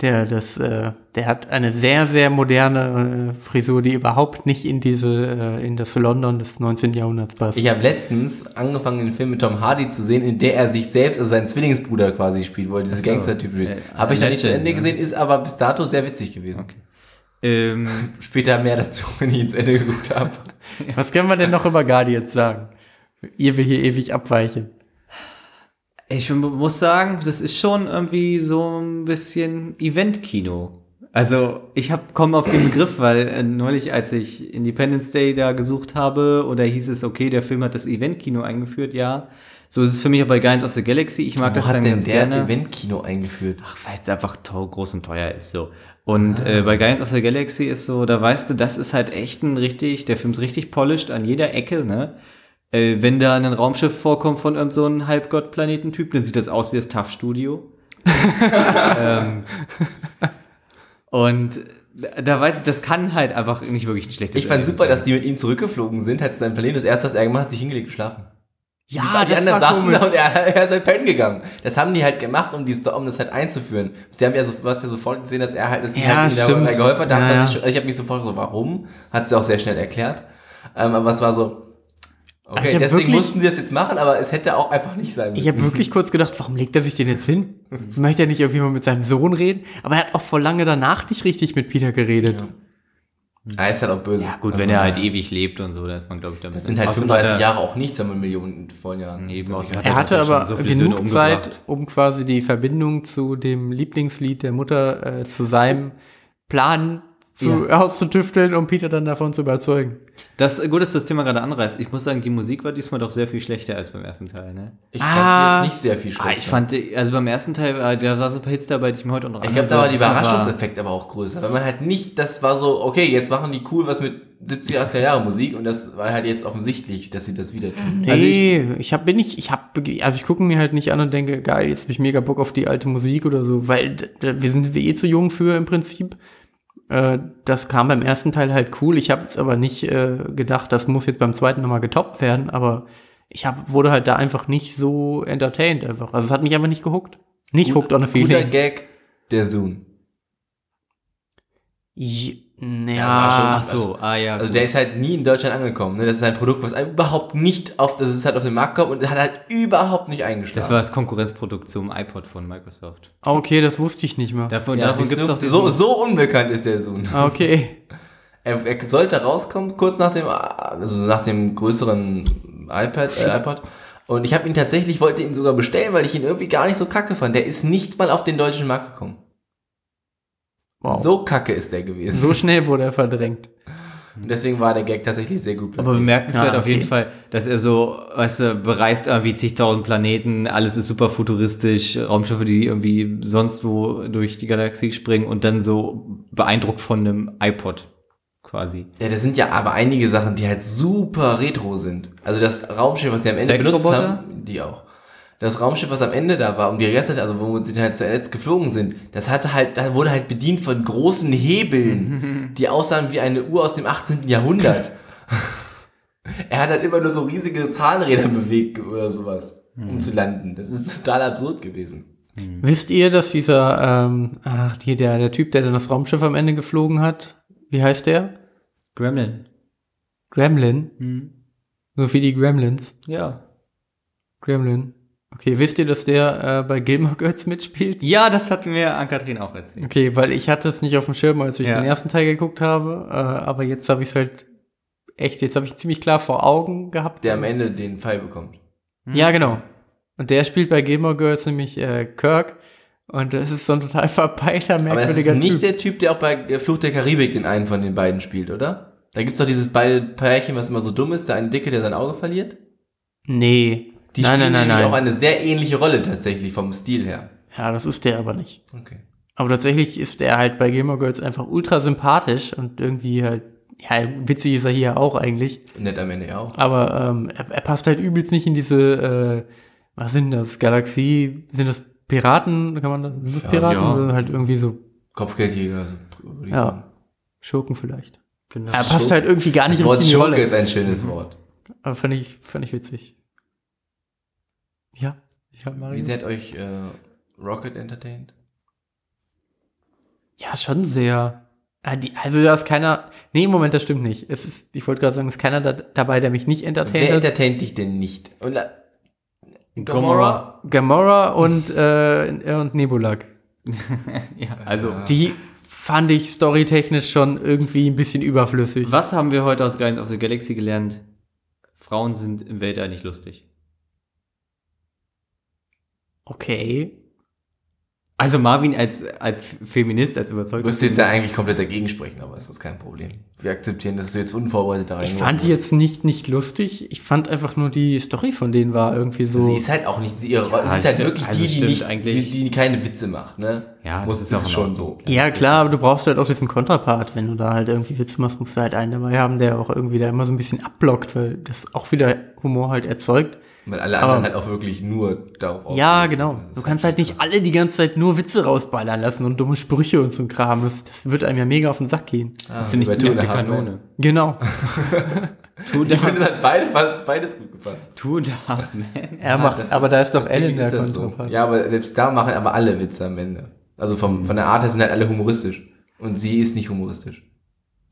A: Der, das, äh, der hat eine sehr, sehr moderne äh, Frisur, die überhaupt nicht in diese, äh, in das London des 19. Jahrhunderts passt.
B: Ich habe letztens angefangen, den Film mit Tom Hardy zu sehen, in der er sich selbst, also seinen Zwillingsbruder quasi spielt, weil dieses
C: Ach so.
B: Gangster-Typ.
C: Äh,
B: habe ich noch nicht zu
C: Legend,
B: Ende
C: ne?
B: gesehen, ist aber bis dato sehr witzig gewesen.
C: Ähm,
B: Später mehr dazu, wenn ich ins Ende geguckt habe.
A: Was können wir denn noch über Guardians sagen? Ihr will hier ewig abweichen.
C: Ich mu- muss sagen, das ist schon irgendwie so ein bisschen Event-Kino. Also ich hab- komme auf den Begriff, weil äh, neulich, als ich Independence Day da gesucht habe, oder hieß es, okay, der Film hat das Event-Kino eingeführt, ja. So ist es für mich auch bei Guardians of the Galaxy. Ich mag
B: Wo
C: das dann
B: hat denn
C: ganz
B: der
C: gerne.
B: Eventkino eingeführt?
C: Ach, weil es einfach to- groß und teuer ist so. Und äh,
B: Ah.
C: bei Guardians of the Galaxy ist so, da weißt du, das ist halt echt ein richtig, der Film ist richtig polished an jeder Ecke, ne? Äh, wenn da ein Raumschiff vorkommt von irgend so einem Halbgott-Planetentyp, dann sieht das aus wie das TAF-Studio. ähm, und Da, da weiß ich, das kann halt einfach nicht wirklich ein schlechtes
B: Ich fand
C: Erlebnis
B: super,
C: sein.
B: dass die mit ihm zurückgeflogen sind, hat sein Problem. Das erste, was er gemacht hat, sich hingelegt geschlafen.
C: Ah,
A: Ja,
B: die
A: das
B: anderen
A: war
B: saßen
A: komisch.
B: da und er, er ist halt pennen gegangen. Das haben die halt gemacht, um, die, Sto- um das halt einzuführen. Sie haben ja, so, du hast ja sofort gesehen, dass er halt das
A: Ja,
B: halt ihnen
A: stimmt.
B: dabei geholfen hat. Da hat
A: Ja,
B: man
A: ja.
B: sich schon- ich habe mich sofort so, warum? Hat sie auch sehr schnell erklärt. Ähm, aber es war so,
A: ich
B: okay,
A: hab
B: deswegen
A: wirklich-
B: mussten sie das jetzt machen, aber es hätte auch einfach nicht sein
A: Ich habe wirklich kurz gedacht, warum legt er sich den jetzt hin? Möchte er nicht irgendwie mal mit seinem Sohn reden? Aber er hat auch vor lange danach nicht richtig mit Peter geredet.
B: Er ist halt auch böse.
C: Ja, gut,
B: Also,
C: wenn er halt ewig lebt und so, dann ist man, glaube ich, damit.
B: Das sind halt
C: Außerdem hat
B: 35
C: er-
B: Jahre auch nichts, wenn man Millionen von Jahren.
C: Nee, eben, außerdem
A: Er
C: hat
A: hatte
C: natürlich
A: aber
C: schon so viele Söhne
A: genug
C: umgebracht.
A: Zeit, um quasi die Verbindung zu dem Lieblingslied der Mutter äh, zu seinem Plan zu, auszutüfteln, um Peter dann davon zu überzeugen.
C: Das, gut, dass du das Thema gerade anreißt. Ich muss sagen, die Musik war diesmal doch sehr viel schlechter als beim ersten Teil, ne?
B: Ich
A: Ah.
B: fand sie jetzt nicht sehr viel
C: Ah,
B: schlechter.
C: ich fand, die- also beim ersten Teil, äh, da war so ein paar Hits dabei, die ich mir heute auch noch Also,
B: Ich glaube, da war der
C: angehört habe.
B: Überraschungseffekt aber auch größer. Weil man halt nicht, das war so, okay, jetzt machen die cool was mit 70er, 80er Jahre Musik und das war halt jetzt offensichtlich, dass sie das wieder tun.
A: Nee,
C: Also
A: ich, hab, bin ich, ich hab, also ich gucke mir halt nicht an und denke, geil, jetzt habe ich mega Bock auf die alte Musik oder so, weil d- d- wir sind wir eh zu jung für im Prinzip. Äh, das kam beim ersten Teil halt cool. Ich habe jetzt aber nicht äh, gedacht, das muss jetzt beim zweiten nochmal getoppt werden, aber ich hab, wurde halt da einfach nicht so entertained einfach. Also es hat mich einfach nicht gehuckt. Nicht hooked on a
B: Guter
A: feeling.
B: Gag, der Zoom.
A: J-
B: war
A: Ja,
C: Ach so, ah ja.
B: Also
C: gut.
B: der ist halt nie in Deutschland angekommen. Ne? Das ist ein Produkt, was überhaupt nicht auf, das ist halt auf den Markt kommt und hat halt überhaupt nicht eingeschlagen.
C: das war das Konkurrenzprodukt zum iPod von Microsoft.
A: Ah, okay, das wusste ich nicht mehr.
C: Davon,
B: ja,
C: davon
B: davon
C: gibt es
B: so, so,
C: noch diesen-
B: so unbekannt ist der Zoom.
A: Ah, Okay.
B: Er, er sollte rauskommen, kurz nach dem, also nach dem größeren iPad, äh, iPod. Und ich habe ihn tatsächlich, wollte ihn sogar bestellen, weil ich ihn irgendwie gar nicht so kacke fand. Der ist nicht mal auf den deutschen Markt gekommen.
A: Wow. So,
B: So kacke ist der gewesen.
A: so schnell wurde er verdrängt.
B: Und deswegen war der Gag tatsächlich sehr gut
C: Aber
B: platziert.
C: bemerkenswert
A: Ah,
C: auf jeden
A: okay.
C: Fall, dass er so, weißt du, bereist irgendwie zigtausend Planeten, alles ist super futuristisch, Raumschiffe, die irgendwie sonst wo durch die Galaxie springen und dann so beeindruckt von einem iPod quasi.
B: ja, das sind ja aber einige Sachen, die halt super retro sind. Also das Raumschiff, was sie am Ende benutzt
C: Sexroboter?
B: haben, die auch. Das Raumschiff, was am Ende da war, um die Regatta, also wo sie dann halt zuletzt geflogen sind, das hatte halt, da wurde halt bedient von großen Hebeln, die aussahen wie eine Uhr aus dem 18. Jahrhundert. er hat halt immer nur so riesige Zahnräder bewegt oder sowas, um zu landen. Das ist total absurd gewesen.
A: Wisst ihr, dass dieser, ähm, ach, hier der, der Typ, der dann das Raumschiff am Ende geflogen hat, wie heißt der?
C: Gremlin.
A: Gremlin,
C: Hm.
A: so wie die Gremlins.
C: Ja.
A: Gremlin. Okay, wisst ihr, dass der äh, bei Gilmore Girls mitspielt?
C: Ja, das hat mir Ann-Kathrin auch erzählt.
A: Okay, weil ich hatte es nicht auf dem Schirm, als ich
C: Ja.
A: den ersten Teil geguckt habe, äh, aber jetzt habe ich es halt echt, jetzt habe ich ziemlich klar vor Augen gehabt.
B: Der am Ende den Pfeil bekommt.
A: Ja, genau. Und der spielt bei Gilmore Girls nämlich äh, Kirk und das ist so ein total verpeilter,
B: Aber das ist
A: merkwürdiger Typ.
B: nicht der Typ, der auch bei äh, Fluch der Karibik den einen von den beiden spielt, oder? Da gibt's doch dieses beide Pärchen, was immer so dumm ist, der eine Dicke, der sein Auge verliert.
A: Nee.
B: Die
A: nein, nein, nein,
B: nämlich auch
A: nein.
B: eine sehr ähnliche Rolle tatsächlich vom Stil her.
A: Ja, das ist der aber nicht.
B: Okay.
A: Aber tatsächlich ist er halt bei Gilmore Girls einfach ultra sympathisch und irgendwie halt, ja, witzig ist er hier auch eigentlich.
B: Nett am Ende ja auch.
A: Aber ähm, er, er passt halt übelst nicht in diese, äh, was sind das, Galaxie, sind das Piraten, kann man das, sind das
B: Ja,
A: Piraten
C: ja.
A: oder halt irgendwie so
B: Kopfgeldjäger, so, würde ich
A: Ja.
B: sagen.
A: Schurken vielleicht.
C: Genau.
A: Er passt halt irgendwie gar nicht
B: Das Wort
A: richtig in die
B: Schurke
A: Rolle.
B: ist ein
A: Mhm.
B: schönes Wort.
A: Aber fand ich, fand ich witzig. Ja, ja,
B: Wie
A: Mario.
B: sehr hat euch äh, Rocket entertained?
A: Ja, schon sehr. Ah, die- Also da ist keiner, nee, Moment, das stimmt nicht. Es ist, ich wollte gerade sagen, es ist keiner da, dabei, der mich nicht entertaint
B: Wer
A: hat.
B: entertaint dich denn nicht? Und, äh,
C: Gomorrah.
A: Gamora und, äh, und Nebulak.
C: Ja, also,
B: Ja.
A: Die fand ich storytechnisch schon irgendwie ein bisschen überflüssig.
C: was haben wir heute aus Guardians of the Galaxy gelernt? Frauen sind im Weltall nicht lustig.
A: Okay.
C: Also Marvin als, als Feminist, als überzeugt.
B: Du müsstest jetzt ja eigentlich komplett dagegen sprechen, aber es ist kein Problem. Wir akzeptieren, dass du jetzt unvorbereitet da
A: Ich
B: reingeworfen
A: fand die
B: wurdest.
A: jetzt nicht, nicht lustig. Ich fand einfach nur die Story von denen war irgendwie so.
B: Sie ist halt auch nicht, sie, ihre, sie ist halt
C: stimmt.
B: wirklich
C: Also
B: die, die,
C: stimmt
B: nicht,
C: eigentlich.
B: die, die keine Witze macht, ne?
C: Ja,
B: Muss,
C: das ist
B: ist,
C: auch in
B: schon so.
C: Ordnung.
A: ja, klar, aber du brauchst halt auch diesen Konterpart. Wenn du da halt irgendwie Witze machst, musst du halt einen dabei haben, der auch irgendwie da immer so ein bisschen abblockt, weil das auch wieder Humor halt erzeugt.
B: Weil alle anderen
A: Aber-
B: halt auch wirklich nur darauf
A: Ja,
B: ausgelegt
A: genau.
B: sind. Das
A: Du
B: ist
A: kannst halt nicht alle die ganze Zeit nur Witze rausballern lassen und dumme Sprüche und so ein Kram. Das, das wird einem ja mega auf den Sack gehen.
B: Ah,
C: Das ist nicht
B: bei Two and a Half Men.
A: Genau.
C: Two and
B: Ich
C: a Half-
B: finde, das hat beide, fast, beides gut gepasst.
C: Two and a Half Men.
A: Er macht,
B: das
A: aber da ist doch Ellen
B: tatsächlich
A: der
B: ist das so.
A: Kontrapart.
B: Ja, aber selbst da machen aber alle Witze am Ende. Also vom, von der Art her sind halt alle humoristisch. Und sie ist nicht humoristisch.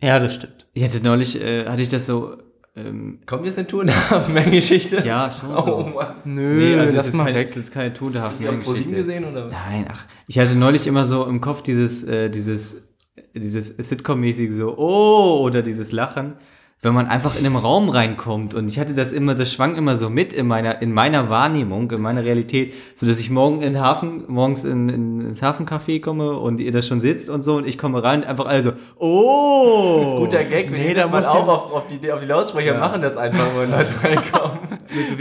A: ja, das stimmt.
C: Ich hatte neulich, äh, hatte ich das so, ähm,
B: Kommt jetzt eine Tour nach Mengengeschichte?
C: ja, schon so. also
B: Oh Mann.
A: Nö,
C: das
A: lass
C: ist
A: mal
C: keine,
A: weg.
C: das ist keine Two and a Half
B: Habt ihr
C: Men
B: auch ProSieben
C: Geschichte.
B: gesehen oder was?
C: Nein, ach, ich hatte neulich immer so im Kopf dieses, äh, dieses, dieses Sitcom-mäßig so, oh, oder dieses Lachen, wenn man einfach in einem Raum reinkommt. Und ich hatte das immer, das schwang immer so mit in meiner, in meiner Wahrnehmung, in meiner Realität, so dass ich morgen in den Hafen, morgens in, in, ins Hafencafé komme und ihr da schon sitzt und so und ich komme rein und einfach alle so, oh.
B: Guter Gag, wir
A: Nee,
B: nee,
A: da
B: das mal
A: muss
B: auf,
A: die-
B: auf, auf, die, auf die Lautsprecher, machen das einfach, wenn Leute reinkommen.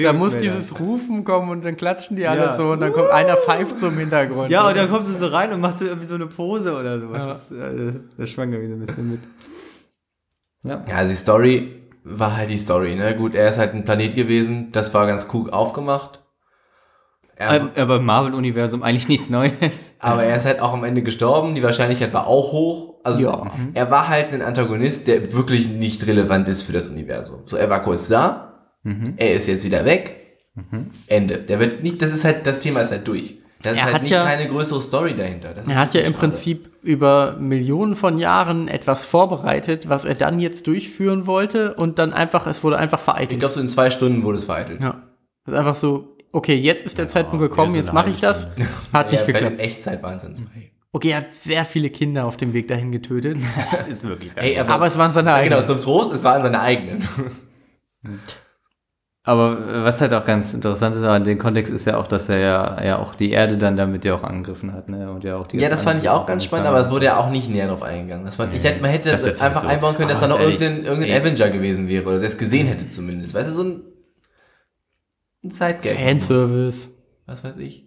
A: Da muss dieses Rufen kommen und dann klatschen die alle
C: Ja.
A: so und dann kommt einer pfeift so im Hintergrund.
C: Ja, und dann kommst du so rein und machst irgendwie so eine Pose oder sowas.
A: Ja.
C: Das, äh, das- das schwang irgendwie so ein bisschen mit. Ja.
B: Ja, also die Story war halt die Story, ne? Gut, er ist halt ein Planet gewesen, das war ganz cool aufgemacht. Er,
C: Ähm, Aber im Marvel-Universum eigentlich nichts Neues.
B: aber er ist halt auch am Ende gestorben, die Wahrscheinlichkeit war auch hoch. Also
A: Ja.
B: er war halt ein Antagonist, der wirklich nicht relevant ist für das Universum. So, er war kurz da,
A: Mhm.
B: er ist jetzt wieder weg. Ende. Der wird nicht, das ist halt, das Thema ist halt durch. Das
A: Er
B: ist halt
A: hat
B: nicht
A: ja-
B: keine größere Story dahinter. Das ist
A: Er hat ja im
B: schade.
A: Prinzip über Millionen von Jahren etwas vorbereitet, was er dann jetzt durchführen wollte und dann einfach, es wurde einfach
B: Ich
A: vereitelt.
B: glaube, so in zwei Stunden wurde es vereitelt.
A: Ja. Das ist einfach so, okay, jetzt ist der Zeitpunkt gekommen,
C: wieder so
A: jetzt
C: eine
A: mache ich das.
C: halbe
A: Hat
B: Ja,
A: nicht
B: vielleicht in
A: geklappt. Oh
B: Echtzeit waren es dann zwei.
A: Okay, er hat sehr viele Kinder auf dem Weg dahin getötet.
C: Das ist wirklich
B: Ey, aber,
A: Aber es waren seine eigenen.
B: genau, zum Trost, es waren seine eigenen.
C: Aber äh, was halt auch ganz interessant ist, aber in dem Kontext ist ja auch, dass er ja, ja auch die Erde dann damit ja auch angegriffen hat. Ne? Und ja, auch die
B: Ja, das fand ich auch ganz spannend, aber es wurde
C: ja.
B: ja auch nicht näher drauf eingegangen. Das fand, ich hätte, man hätte das
C: Das ist jetzt
B: einfach
C: halt so.
B: einbauen können, dass da
C: Aber
B: noch
C: ganz ehrlich,
B: irgendein, irgendein Avenger gewesen wäre oder dass er es gesehen hätte zumindest. Weißt du, so ein, ein Zeitgag.
A: Fanservice.
B: Was weiß ich.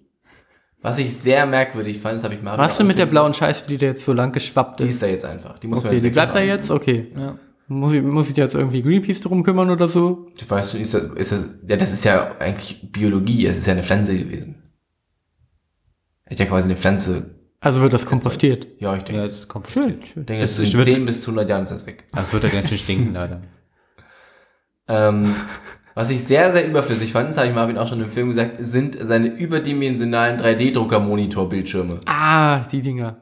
B: Was ich sehr merkwürdig fand, das habe ich mal.
A: Was denn mit der blauen Scheiße, die da jetzt so lang geschwappt
B: Die
A: ist?
B: ist da jetzt einfach. Die muss man
A: Okay, die bleibt da
B: wegmachen.
A: jetzt? Okay.
C: Ja.
A: Muss ich, muss ich jetzt irgendwie Greenpeace drum kümmern oder so?
B: Du weißt du, ist das, ist das, ja, das ist ja eigentlich Biologie, es ist ja eine Pflanze gewesen. Er hat ja quasi eine Pflanze.
A: Also wird das kompostiert.
B: Ja, ich denke.
C: ja, das kommt
A: Schön,
C: bestimmt.
A: schön.
B: Ich denke,
C: Es-
B: so
C: ich
B: in
C: würd-
B: 10 bis 100 Jahren ist das weg.
C: Aber es wird ja ganz schön stinken, leider.
B: Ähm, was ich sehr, sehr überflüssig fand, das habe ich Marvin auch schon im Film gesagt, sind seine überdimensionalen 3D-Drucker-Monitor-Bildschirme.
A: Ah, die Dinger.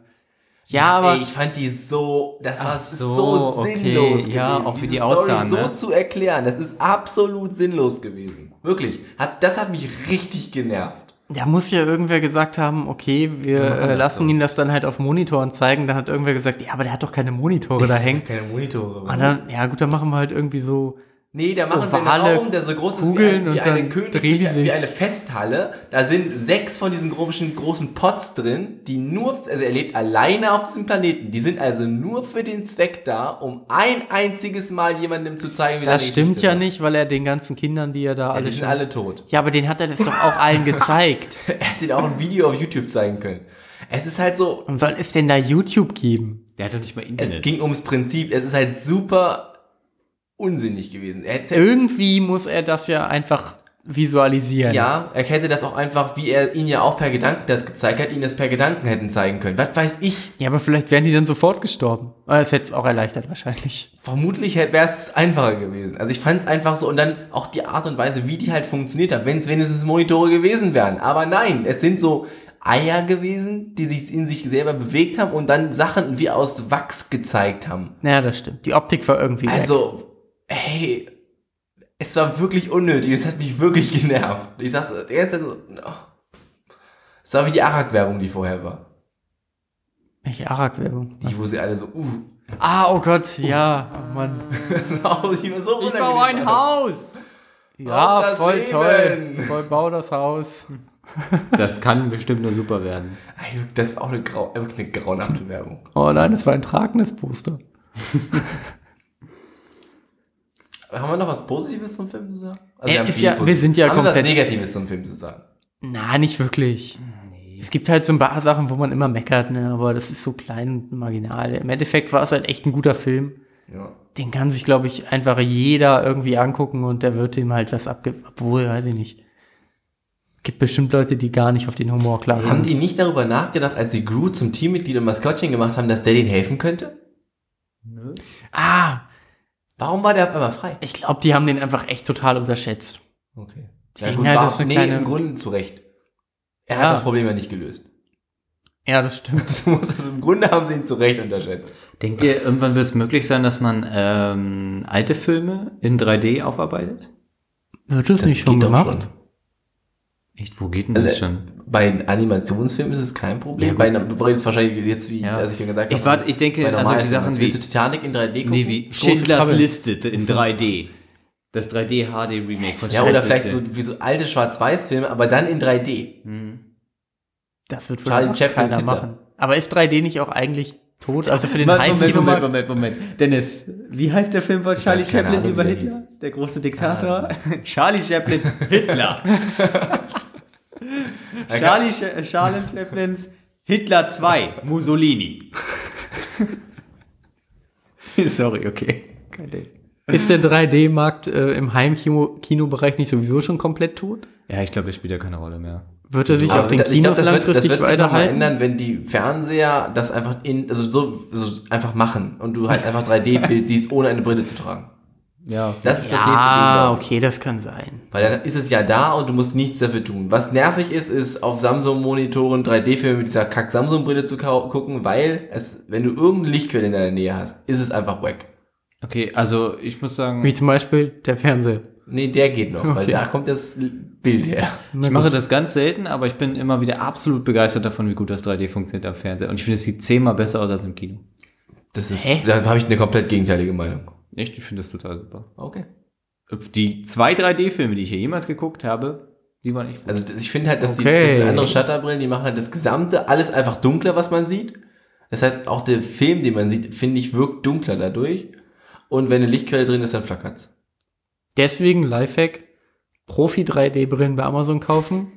A: Ja, aber
B: Ey, ich fand die so, das war
C: Ach
B: so,
C: so, okay.
B: sinnlos
C: Ja,
B: gewesen.
C: auch wie
B: Diese
C: die
B: Story
C: aussahen,
B: so
C: ne?
B: zu erklären, das ist absolut sinnlos gewesen. Wirklich. Hat, das hat mich richtig genervt.
A: da muss ja irgendwer gesagt haben, okay, wir
B: machen
A: äh,
B: das
A: lassen
B: so.
A: ihn das dann halt auf Monitoren zeigen. Dann hat irgendwer gesagt, ja, aber der hat doch keine Monitore da hängen.
B: Keine Monitore.
A: Und Ah, dann, ja gut, dann machen wir halt irgendwie so.
B: Nee, da machen wir
A: Ovale
B: einen Raum, der so groß ist wie,
A: Oh, Kugeln
B: ein, wie,
A: und
B: eine
A: dann drehen die
B: Königliche,
A: sich.
B: wie eine Festhalle. Da sind sechs von diesen komischen großen Pots drin, die nur, also er lebt alleine auf diesem Planeten. Die sind also nur für den Zweck da, um ein einziges Mal jemandem zu zeigen, wie
A: Das
B: seine
A: stimmt
B: Geschichte
A: ja
B: war.
A: nicht, weil er den ganzen Kindern, die er da
B: Ja,
A: alle
B: die sind
A: schon-
B: alle tot.
A: Ja, aber den hat er das doch auch allen gezeigt.
B: Er hätte ihnen auch ein Video auf YouTube zeigen können. Es ist halt so,
A: Und soll es denn da YouTube geben?
C: Der hat doch nicht mal Internet.
B: es ging ums Prinzip. Es ist halt super unsinnig gewesen. Er hätte
A: Irgendwie muss er das ja einfach visualisieren.
B: Ja, er hätte das auch einfach, wie er ihn ja auch per Gedanken das gezeigt hat, ihn das per Gedanken hätten zeigen können. Was weiß ich?
A: Ja, aber vielleicht wären die dann sofort gestorben. Aber Das hätte es auch erleichtert wahrscheinlich.
B: Vermutlich wäre es einfacher gewesen. Also ich fand es einfach so und dann auch die Art und Weise, wie die halt funktioniert haben, wenn es wenigstens Monitore gewesen wären. Aber nein, es sind so Eier gewesen, die sich in sich selber bewegt haben und dann Sachen wie aus Wachs gezeigt haben.
A: Naja, das stimmt. Die Optik war irgendwie weg.
B: Also, hey, es war wirklich unnötig. Es hat mich wirklich genervt. Ich sag's die ganze Zeit so, oh. Es war wie die Arak-Werbung, die vorher war.
A: Welche Arak-Werbung?
B: Die, wo sie alle so, uh.
A: Ah, oh Gott, ja. Oh Mann.
B: Das war auch nicht mehr so
C: ich baue ein Haus!
B: Auf
A: Ja,
B: das
A: voll
B: Leben.
A: toll. Voll bau das Haus.
C: Das kann bestimmt nur super werden.
B: Ey, Das ist auch eine, grau, wirklich eine grauenhafte Werbung.
A: Oh nein, das war ein tragendes Poster.
B: Haben wir noch was Positives zum Film zu sagen? Also
A: Äh,
B: wir haben
A: ist
B: viel
A: ja- wir
B: Positives.
A: sind ja
B: haben wir
A: komplett-
B: was Negatives zum Film zu sagen.
A: Na, nicht wirklich. Es gibt halt so ein paar Sachen, wo man immer meckert, ne? aber das ist so klein und marginal. Im Endeffekt war es halt echt ein guter Film.
B: Ja.
A: Den kann sich, glaube ich, einfach jeder irgendwie angucken und der wird ihm halt was abge... Obwohl, weiß ich nicht. Gibt bestimmt Leute, die gar nicht auf den Humor klarkommen.
B: Haben die nicht darüber nachgedacht, als sie Groot zum Teammitglied und Maskottchen gemacht haben, dass der denen helfen könnte?
A: Ah,
B: Warum war der auf einmal frei?
A: ich glaube, die haben den einfach echt total unterschätzt.
B: Okay.
A: Ich denke halt,
B: war-
A: das ist eine
B: nee,
A: kleine-
B: im Grunde zu Recht. Er
A: Ja.
B: hat das Problem ja nicht gelöst.
A: Ja, das stimmt.
B: Du musst also Im Grunde haben sie ihn zu Recht unterschätzt.
C: Denkt ihr, irgendwann wird es möglich sein, dass man ähm, alte Filme in 3D aufarbeitet?
A: Wird das, nicht schon
B: geht doch
A: gemacht?
C: Echt, wo geht denn
B: Also,
C: das schon?
B: Bei Animationsfilmen ist es kein Problem. bei einer, du redest wahrscheinlich jetzt, wie
C: Ja.
B: als ich ja gesagt
C: Ich
B: habe.
C: warte- ich denke
B: bei
C: an
B: normalen
C: solche
B: Filmen.
C: Sachen
B: Als
C: wie-
B: willst du Titanic in 3D gucken?
C: Nee, wie
A: Große
C: Schindlers
A: Krabbe.
C: Liste in 3D. Das 3D HD Remake von
B: Ja, oder
C: Schindlers
B: vielleicht
C: Liste.
B: so, wie so alte Schwarz-Weiß-Filme, aber dann in 3D.
A: Das wird
B: Charlie
A: wohl
B: Chaplin
A: keiner
B: Hitler.
A: machen. Aber ist 3D nicht auch eigentlich tot? Also für den
C: Warte, Moment, Moment,
A: Heimkinomarkt?
C: Moment, Moment. Dennis, wie heißt der Film von Charlie
B: weiß keine
C: Chaplin
B: Ahnung,
C: über
B: wie der
C: Hitler? Der große Diktator? Charlie Chaplins Hitler. Charlie, Cha- äh, Charlie Chaplins Hitler 2, Mussolini. Sorry, okay. Kein Ding.
A: Ist der 3D-Markt äh, im Heimkinobereich nicht sowieso schon komplett tot?
C: Ja, ich glaube, der spielt ja keine Rolle mehr.
A: Wird er sich
B: Aber
A: auf den
B: da- ich glaub,
A: Kinos
B: das wird, das
A: langfristig
B: wird sich nochmal
A: weiterhalten?
B: ändern, wenn die Fernseher das einfach in, also so, so einfach machen und du halt einfach 3D-Bild siehst, ohne eine Brille zu tragen.
C: Ja.
B: Das ist das nächste Ding,
A: Ah,
B: glaub ich.
A: okay, das kann sein.
B: Weil dann ist es ja da und du musst nichts dafür tun. Was nervig ist, ist auf Samsung-Monitoren 3D-Filme mit dieser Kack-Samsung-Brille zu kau- gucken, weil es, wenn du irgendeine Lichtquelle in deiner Nähe hast, ist es einfach weg.
C: Okay, also ich muss sagen,
A: Wie zum Beispiel der Fernseher.
B: Nee, der geht noch, weil
A: Okay.
B: da kommt das Bild her.
A: Na
C: ich
A: gut.
C: mache das ganz selten, aber ich bin immer wieder absolut begeistert davon, wie gut das 3D funktioniert am Fernseher. Und ich finde, es sieht zehnmal besser aus als im Kino.
B: Das ist,
A: Hä?
B: da habe ich eine komplett gegenteilige Meinung.
C: Echt, ich finde das total super.
B: Okay.
C: Die zwei 3D-Filme, die ich hier jemals geguckt habe, die waren echt gut.
B: Also das- ich finde halt, dass
A: Okay.
B: die das sind andere Shutterbrillen, die machen halt das gesamte alles einfach dunkler, was man sieht. Das heißt, auch der Film, den man sieht, finde ich, wirkt dunkler dadurch. Und wenn eine Lichtquelle drin ist, dann flackert's.
A: Deswegen Lifehack, Profi 3D-Brillen bei Amazon kaufen.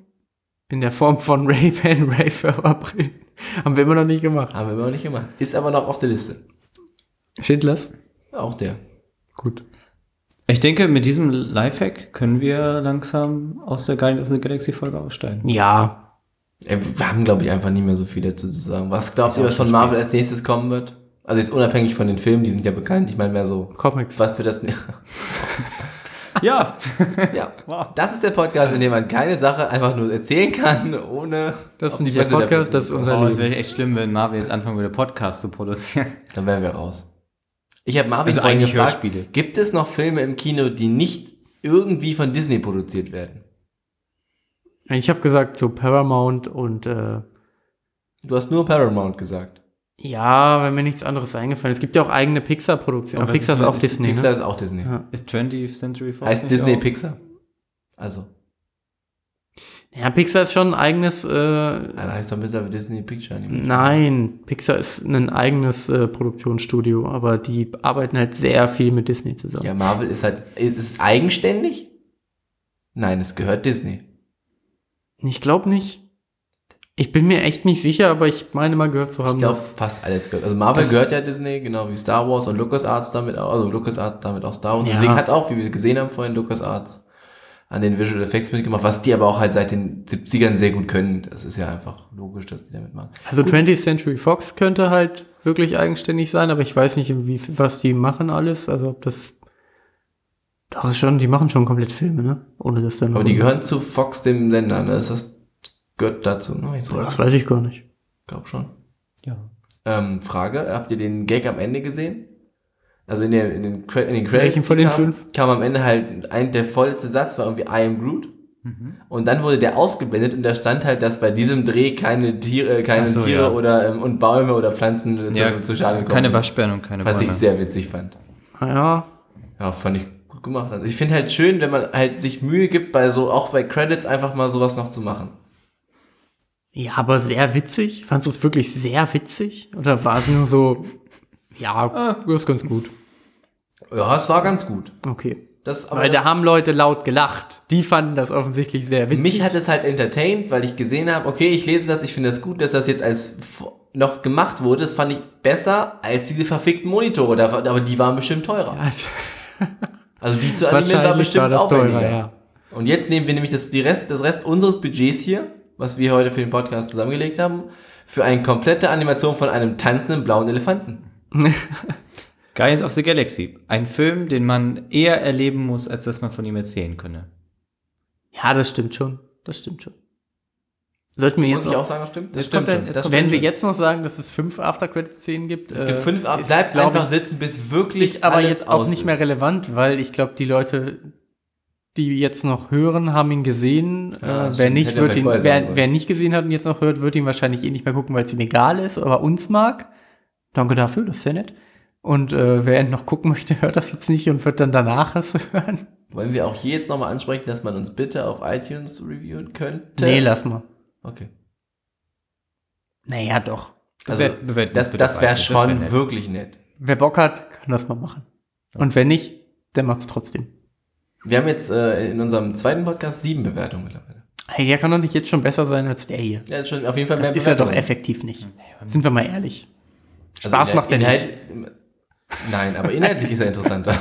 A: In der Form von Ray-Ban, Ray-Ferber-Brillen. Haben wir immer noch nicht gemacht.
B: Haben wir immer noch nicht gemacht. Ist aber noch auf der Liste.
A: Schindlers?
B: Auch der.
A: Gut.
C: Ich denke, mit diesem Lifehack können wir langsam aus der Guardians of the Galaxy-Folge aussteigen.
A: Ja.
B: Ey, Wir haben, glaube ich, einfach nicht mehr so viel dazu zu sagen. Was glaubt ihr, was von Marvel als nächstes kommen wird? Also jetzt unabhängig von den Filmen, die sind ja bekannt. Ich meine mehr so,
A: Comics.
B: was für das...
C: Ja,
B: ja,
C: Wow.
B: das ist der Podcast, in dem man keine Sache einfach nur erzählen kann, ohne...
A: Das ist
B: auf die
A: nicht der
B: Fresse dafür
A: Podcast,
B: zu
A: das ist unser
C: oh, es
A: Leben.
C: wäre echt schlimm, wenn Marvel jetzt anfangen würde, Podcasts zu produzieren.
B: Dann wären wir raus. Ich habe Marvin
C: Also
B: vorhin
C: eigentlich
B: gefragt,
C: Hörspiele.
B: gibt es noch Filme im Kino, die nicht irgendwie von Disney produziert werden?
A: Ich habe gesagt, so Paramount und äh,
B: Du hast nur Paramount gesagt.
A: ja, wenn mir nichts anderes eingefallen ist. Es gibt ja auch eigene Pixar-Produktionen.
C: Aber
A: Aber Pixar
C: es
A: ist
C: ist-
A: auch
C: es ist
A: Disney,
B: Pixar
A: ne?
B: ist auch Disney.
A: Ja.
C: Ist 20th Century Fox
B: Heißt
C: nicht
B: Disney
C: auch?
B: Pixar? Also,
A: Ja, Pixar ist schon ein eigenes äh,
B: aber heißt doch mittlerweile Disney Picture Animation.
A: Nein, Pixar ist ein eigenes äh, Produktionsstudio, aber die arbeiten halt sehr viel mit Disney zusammen.
B: Ja, Marvel ist halt, ist es eigenständig? Nein, es gehört Disney.
A: Ich glaube nicht. Ich bin mir echt nicht sicher, aber ich meine mal gehört zu haben.
B: Ich glaube,
A: dass-
B: fast alles gehört. Also Marvel
A: Das-
B: gehört ja Disney, genau wie Star Wars und LucasArts damit auch, also LucasArts damit auch Star Wars.
A: Ja.
B: Deswegen hat auch, wie wir gesehen haben vorhin, LucasArts an den Visual Effects mitgemacht, was die aber auch halt seit den 70ern sehr gut können. Das ist ja einfach logisch, dass die damit machen.
A: also 20th Century Fox könnte halt wirklich eigenständig sein, aber ich weiß nicht, wie, was die machen alles. Also ob das. Doch, ist schon, die machen schon komplett Filme, ne? Ohne das dann.
B: Aber die gehören zu Fox, dem Sender, ne? Ist das gehört dazu, ne? Ich
A: Boah, das weiß ich gar nicht.
B: glaube schon.
C: Ja.
B: Ähm, Frage, habt ihr den Gag am Ende gesehen? Also in, der, in den, Cre- in den Credits
A: Welchen von
B: die
A: den
B: kam,
A: fünf?
B: kam am Ende halt ein, der vorletzte Satz war irgendwie I am Groot. Und dann wurde der ausgeblendet und da stand halt, dass bei diesem Dreh keine Tiere, keine
C: Ach so,
B: Tiere
C: ja.
B: oder ähm, und Bäume oder Pflanzen äh,
C: Ja,
B: zu, zu Schaden kommen.
C: keine Waschbären und keine
B: Was ich
C: Bäume.
B: sehr witzig fand.
A: Naja,
B: Ja, fand ich gut gemacht. Also ich finde halt schön, wenn man halt sich Mühe gibt, bei so auch bei Credits einfach mal sowas noch zu machen.
A: Ja, aber sehr witzig. Fandst du es wirklich sehr witzig? Oder war es nur so, ja, das Ah, ist ganz gut.
B: Ja, es war ganz gut.
A: Okay.
B: Das, aber
A: Weil da
B: das,
A: haben Leute laut gelacht. Die fanden das offensichtlich sehr witzig.
B: Mich hat es halt entertained, weil ich gesehen habe, okay, ich lese das, ich finde das gut, dass das jetzt als f- noch gemacht wurde. Das fand ich besser als diese verfickten Monitore, Da- aber die waren bestimmt teurer.
A: also,
B: Also die zu animieren war
A: wahrscheinlich
B: bestimmt
A: war das
B: aufwendiger.
A: teurer, ja.
B: Und jetzt nehmen wir nämlich das, die Rest, das Rest unseres Budgets hier, was wir heute für den Podcast zusammengelegt haben, für eine komplette Animation von einem tanzenden blauen Elefanten.
C: Guardians of the Galaxy. Ein Film, den man eher erleben muss, als dass man von ihm erzählen könne.
A: Ja, das stimmt schon. Das stimmt schon. Sollten wir
B: Muss
A: jetzt
B: ich auch
A: auch,
B: sagen, das stimmt?
C: Das stimmt schon.
B: schon.
C: Es
B: Das
C: kommt-
A: wenn wir
B: schon.
A: jetzt noch sagen, dass es fünf After-Credit-Szenen gibt, äh,
B: Es gibt fünf ab,
A: ist,
B: bleibt
A: glaub
B: einfach
A: ich,
B: sitzen, bis wirklich
A: ist aber
B: alles
A: jetzt auch
B: aus
A: nicht mehr
B: ist.
A: relevant, weil ich glaube, die Leute, die jetzt noch hören, haben ihn gesehen.
B: Ja,
A: äh,
B: das
A: wer
B: stimmt.
A: nicht,
B: Hätte
A: wird
B: man
A: ihn,
B: vorher sagen
A: wer,
B: sollen.
A: wer nicht gesehen hat und jetzt noch hört, wird ihn wahrscheinlich eh nicht mehr gucken, weil es ihm egal ist, aber uns mag. Danke dafür, das ist ja nett. Und äh, wer ihn noch gucken möchte, hört das jetzt nicht und wird dann danach es hören.
B: Wollen wir auch hier jetzt nochmal ansprechen, dass man uns bitte auf iTunes reviewen könnte?
A: Nee, lass mal.
B: Okay.
A: Naja, doch.
B: Also,
C: Bewer- bewerten uns
B: das,
C: bitte
B: das
C: auf
B: wäre
C: iTunes, das wär
B: schon
C: nett.
B: wirklich nett.
A: Wer Bock hat, kann das mal machen. Und wenn nicht, der macht's trotzdem.
B: Wir haben jetzt äh, in unserem zweiten Podcast sieben Bewertungen mittlerweile.
A: Hey, der kann doch nicht jetzt schon besser sein als der hier.
B: Ja, schon auf jeden Fall
A: Das ist ja doch effektiv nicht.
B: Hm.
A: Sind wir mal ehrlich. Spaß macht er nicht.
B: nicht. Also, Nein, aber inhaltlich ist er interessanter.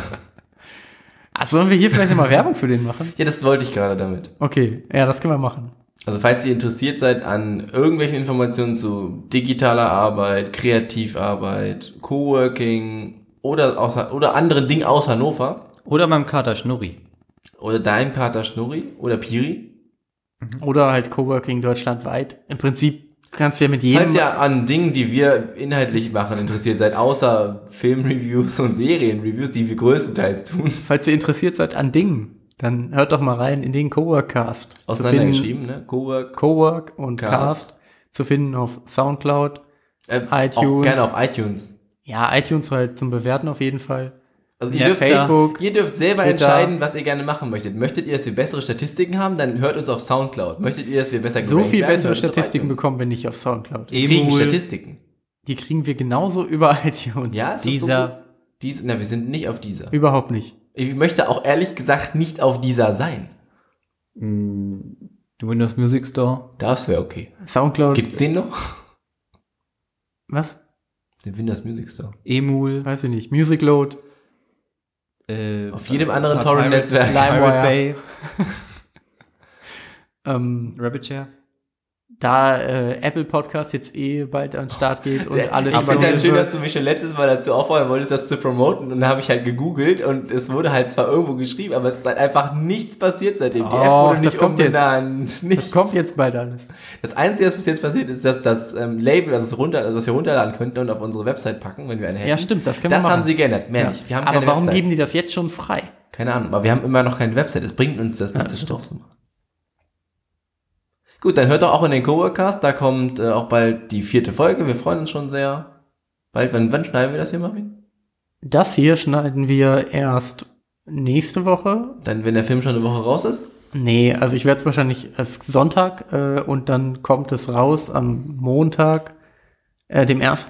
A: Ach, sollen wir hier vielleicht nochmal Werbung für den machen?
B: Ja, das wollte ich gerade damit.
A: Okay, ja, das können wir machen.
B: Also falls ihr interessiert seid an irgendwelchen Informationen zu digitaler Arbeit, Kreativarbeit, Coworking oder, aus, oder anderen Dingen aus Hannover
C: Oder meinem Kater Schnurri.
B: oder deinem Kater Schnurri oder Piri,
A: Oder halt Coworking deutschlandweit. Im Prinzip kannst du ja mit jedem.
B: falls ihr an Dingen, die wir inhaltlich machen, interessiert seid, außer Filmreviews und Serienreviews, die wir größtenteils tun,
A: Falls ihr interessiert seid an Dingen, dann hört doch mal rein in den Coworkcast. Zu finden-
B: auseinandergeschrieben, ne? Cowork,
A: Cowork und
B: Cast.
A: Cast. zu finden auf Soundcloud.
B: äh, Auch
A: iTunes.
B: gerne auf iTunes.
A: Ja, iTunes halt zum Bewerten auf jeden Fall.
B: Also
A: Ja,
B: ihr dürft,
A: Facebook,
B: da, ihr dürft selber
A: Twitter.
B: entscheiden, was ihr gerne machen möchtet. Möchtet ihr, dass wir bessere Statistiken haben, dann hört uns auf Soundcloud. Möchtet Also ihr, dass wir besser
A: So
B: gerankt
A: viel
B: werden,
A: bessere
B: hört uns auf
A: Statistiken
B: iTunes.
A: bekommen wir nicht auf Soundcloud.
B: Wir kriegen
C: Emul.
B: Statistiken.
A: Die kriegen wir genauso über iTunes.
B: Ja, ist das
C: Dieser-
B: So gut? Dies, na, wir sind nicht auf dieser.
A: Überhaupt nicht.
B: Ich möchte auch ehrlich gesagt nicht auf dieser sein.
C: Du Mm, Windows Music Store.
B: Das wäre okay.
A: Soundcloud.
B: Gibt's den noch?
A: Was?
B: Den Windows Music Store.
C: Emul.
A: Weiß ich nicht. Music Load.
C: Äh,
B: Auf jedem anderen
C: Pirate-
B: Torrent-Netzwerk.
A: LimeWire.
C: Pirate Bay.
A: Ähm,
C: Rabbit Share.
A: da äh, Apple Podcast jetzt eh bald an den Start geht und alles
B: ich finde
A: übernommen
B: halt schön,
A: wird.
B: dass du mich schon letztes Mal dazu auffordern wolltest, das zu promoten. Und dann habe ich halt gegoogelt und es wurde halt zwar irgendwo geschrieben, aber es ist halt einfach nichts passiert seitdem. Die App
A: Och,
B: wurde
A: das
B: nicht
A: kommt jetzt.
B: umbenannt. Nichts.
A: das kommt jetzt bald alles.
B: Das Einzige, was bis jetzt passiert, ist, dass das ähm, Label, also, das runter, also was wir runterladen könnten und auf unsere Website packen, wenn wir eine hätten.
A: Ja, stimmt, das können
B: Das
A: wir machen.
B: haben sie geändert, mehr
A: ja.
B: nicht. Wir haben
A: Aber
B: keine
A: warum
B: Website.
A: geben die das jetzt schon frei?
B: Keine Ahnung, aber wir haben immer noch keine Website. Es bringt uns das nicht, das drauf zu machen. Gut, dann hört doch auch in den Coworkcast. Da kommt äh, auch bald die vierte Folge. Wir freuen uns schon sehr. Bald, wann, wann schneiden wir das hier, Marvin?
A: Das hier schneiden wir erst nächste Woche.
B: Dann, wenn der Film schon eine Woche raus ist?
A: Nee, also ich werde es wahrscheinlich als Sonntag äh, und dann kommt es raus am Montag, äh, dem 1.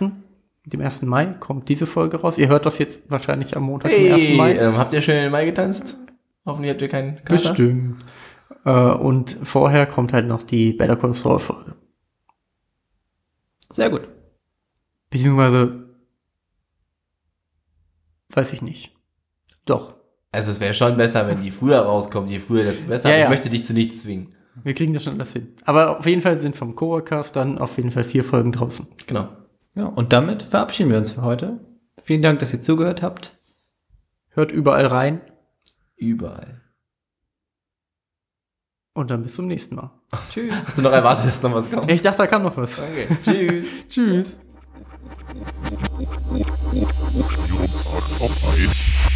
A: Dem 1. Mai kommt diese Folge raus. Ihr hört das jetzt wahrscheinlich am Montag,
B: Hey,
A: dem 1. Mai.
B: ähm, habt ihr schön im Mai getanzt? Hoffentlich habt ihr keinen Kater.
A: Bestimmt. Äh, und vorher kommt halt noch die Better Call Saul Folge.
C: Sehr gut.
A: Beziehungsweise weiß ich nicht. Doch.
B: Also es wäre schon besser, wenn die früher rauskommt. Je früher, desto besser.
A: Ja,
B: Aber
A: ja.
B: Ich möchte dich zu nichts zwingen.
A: Wir kriegen das schon alles hin. Aber auf jeden Fall sind vom Coworkers dann auf jeden Fall vier Folgen draußen.
B: Genau.
C: Ja, und damit verabschieden wir uns für heute. Vielen Dank, dass ihr zugehört habt.
A: Hört überall rein
B: Überall.
A: und dann bis zum nächsten Mal.
C: Tschüss.
B: Hast du noch erwartet, dass noch was kommt?
A: Ich dachte, da kam noch was.
B: Okay. Tschüss.
A: Tschüss.
D: Jürgen sagt, ob ein.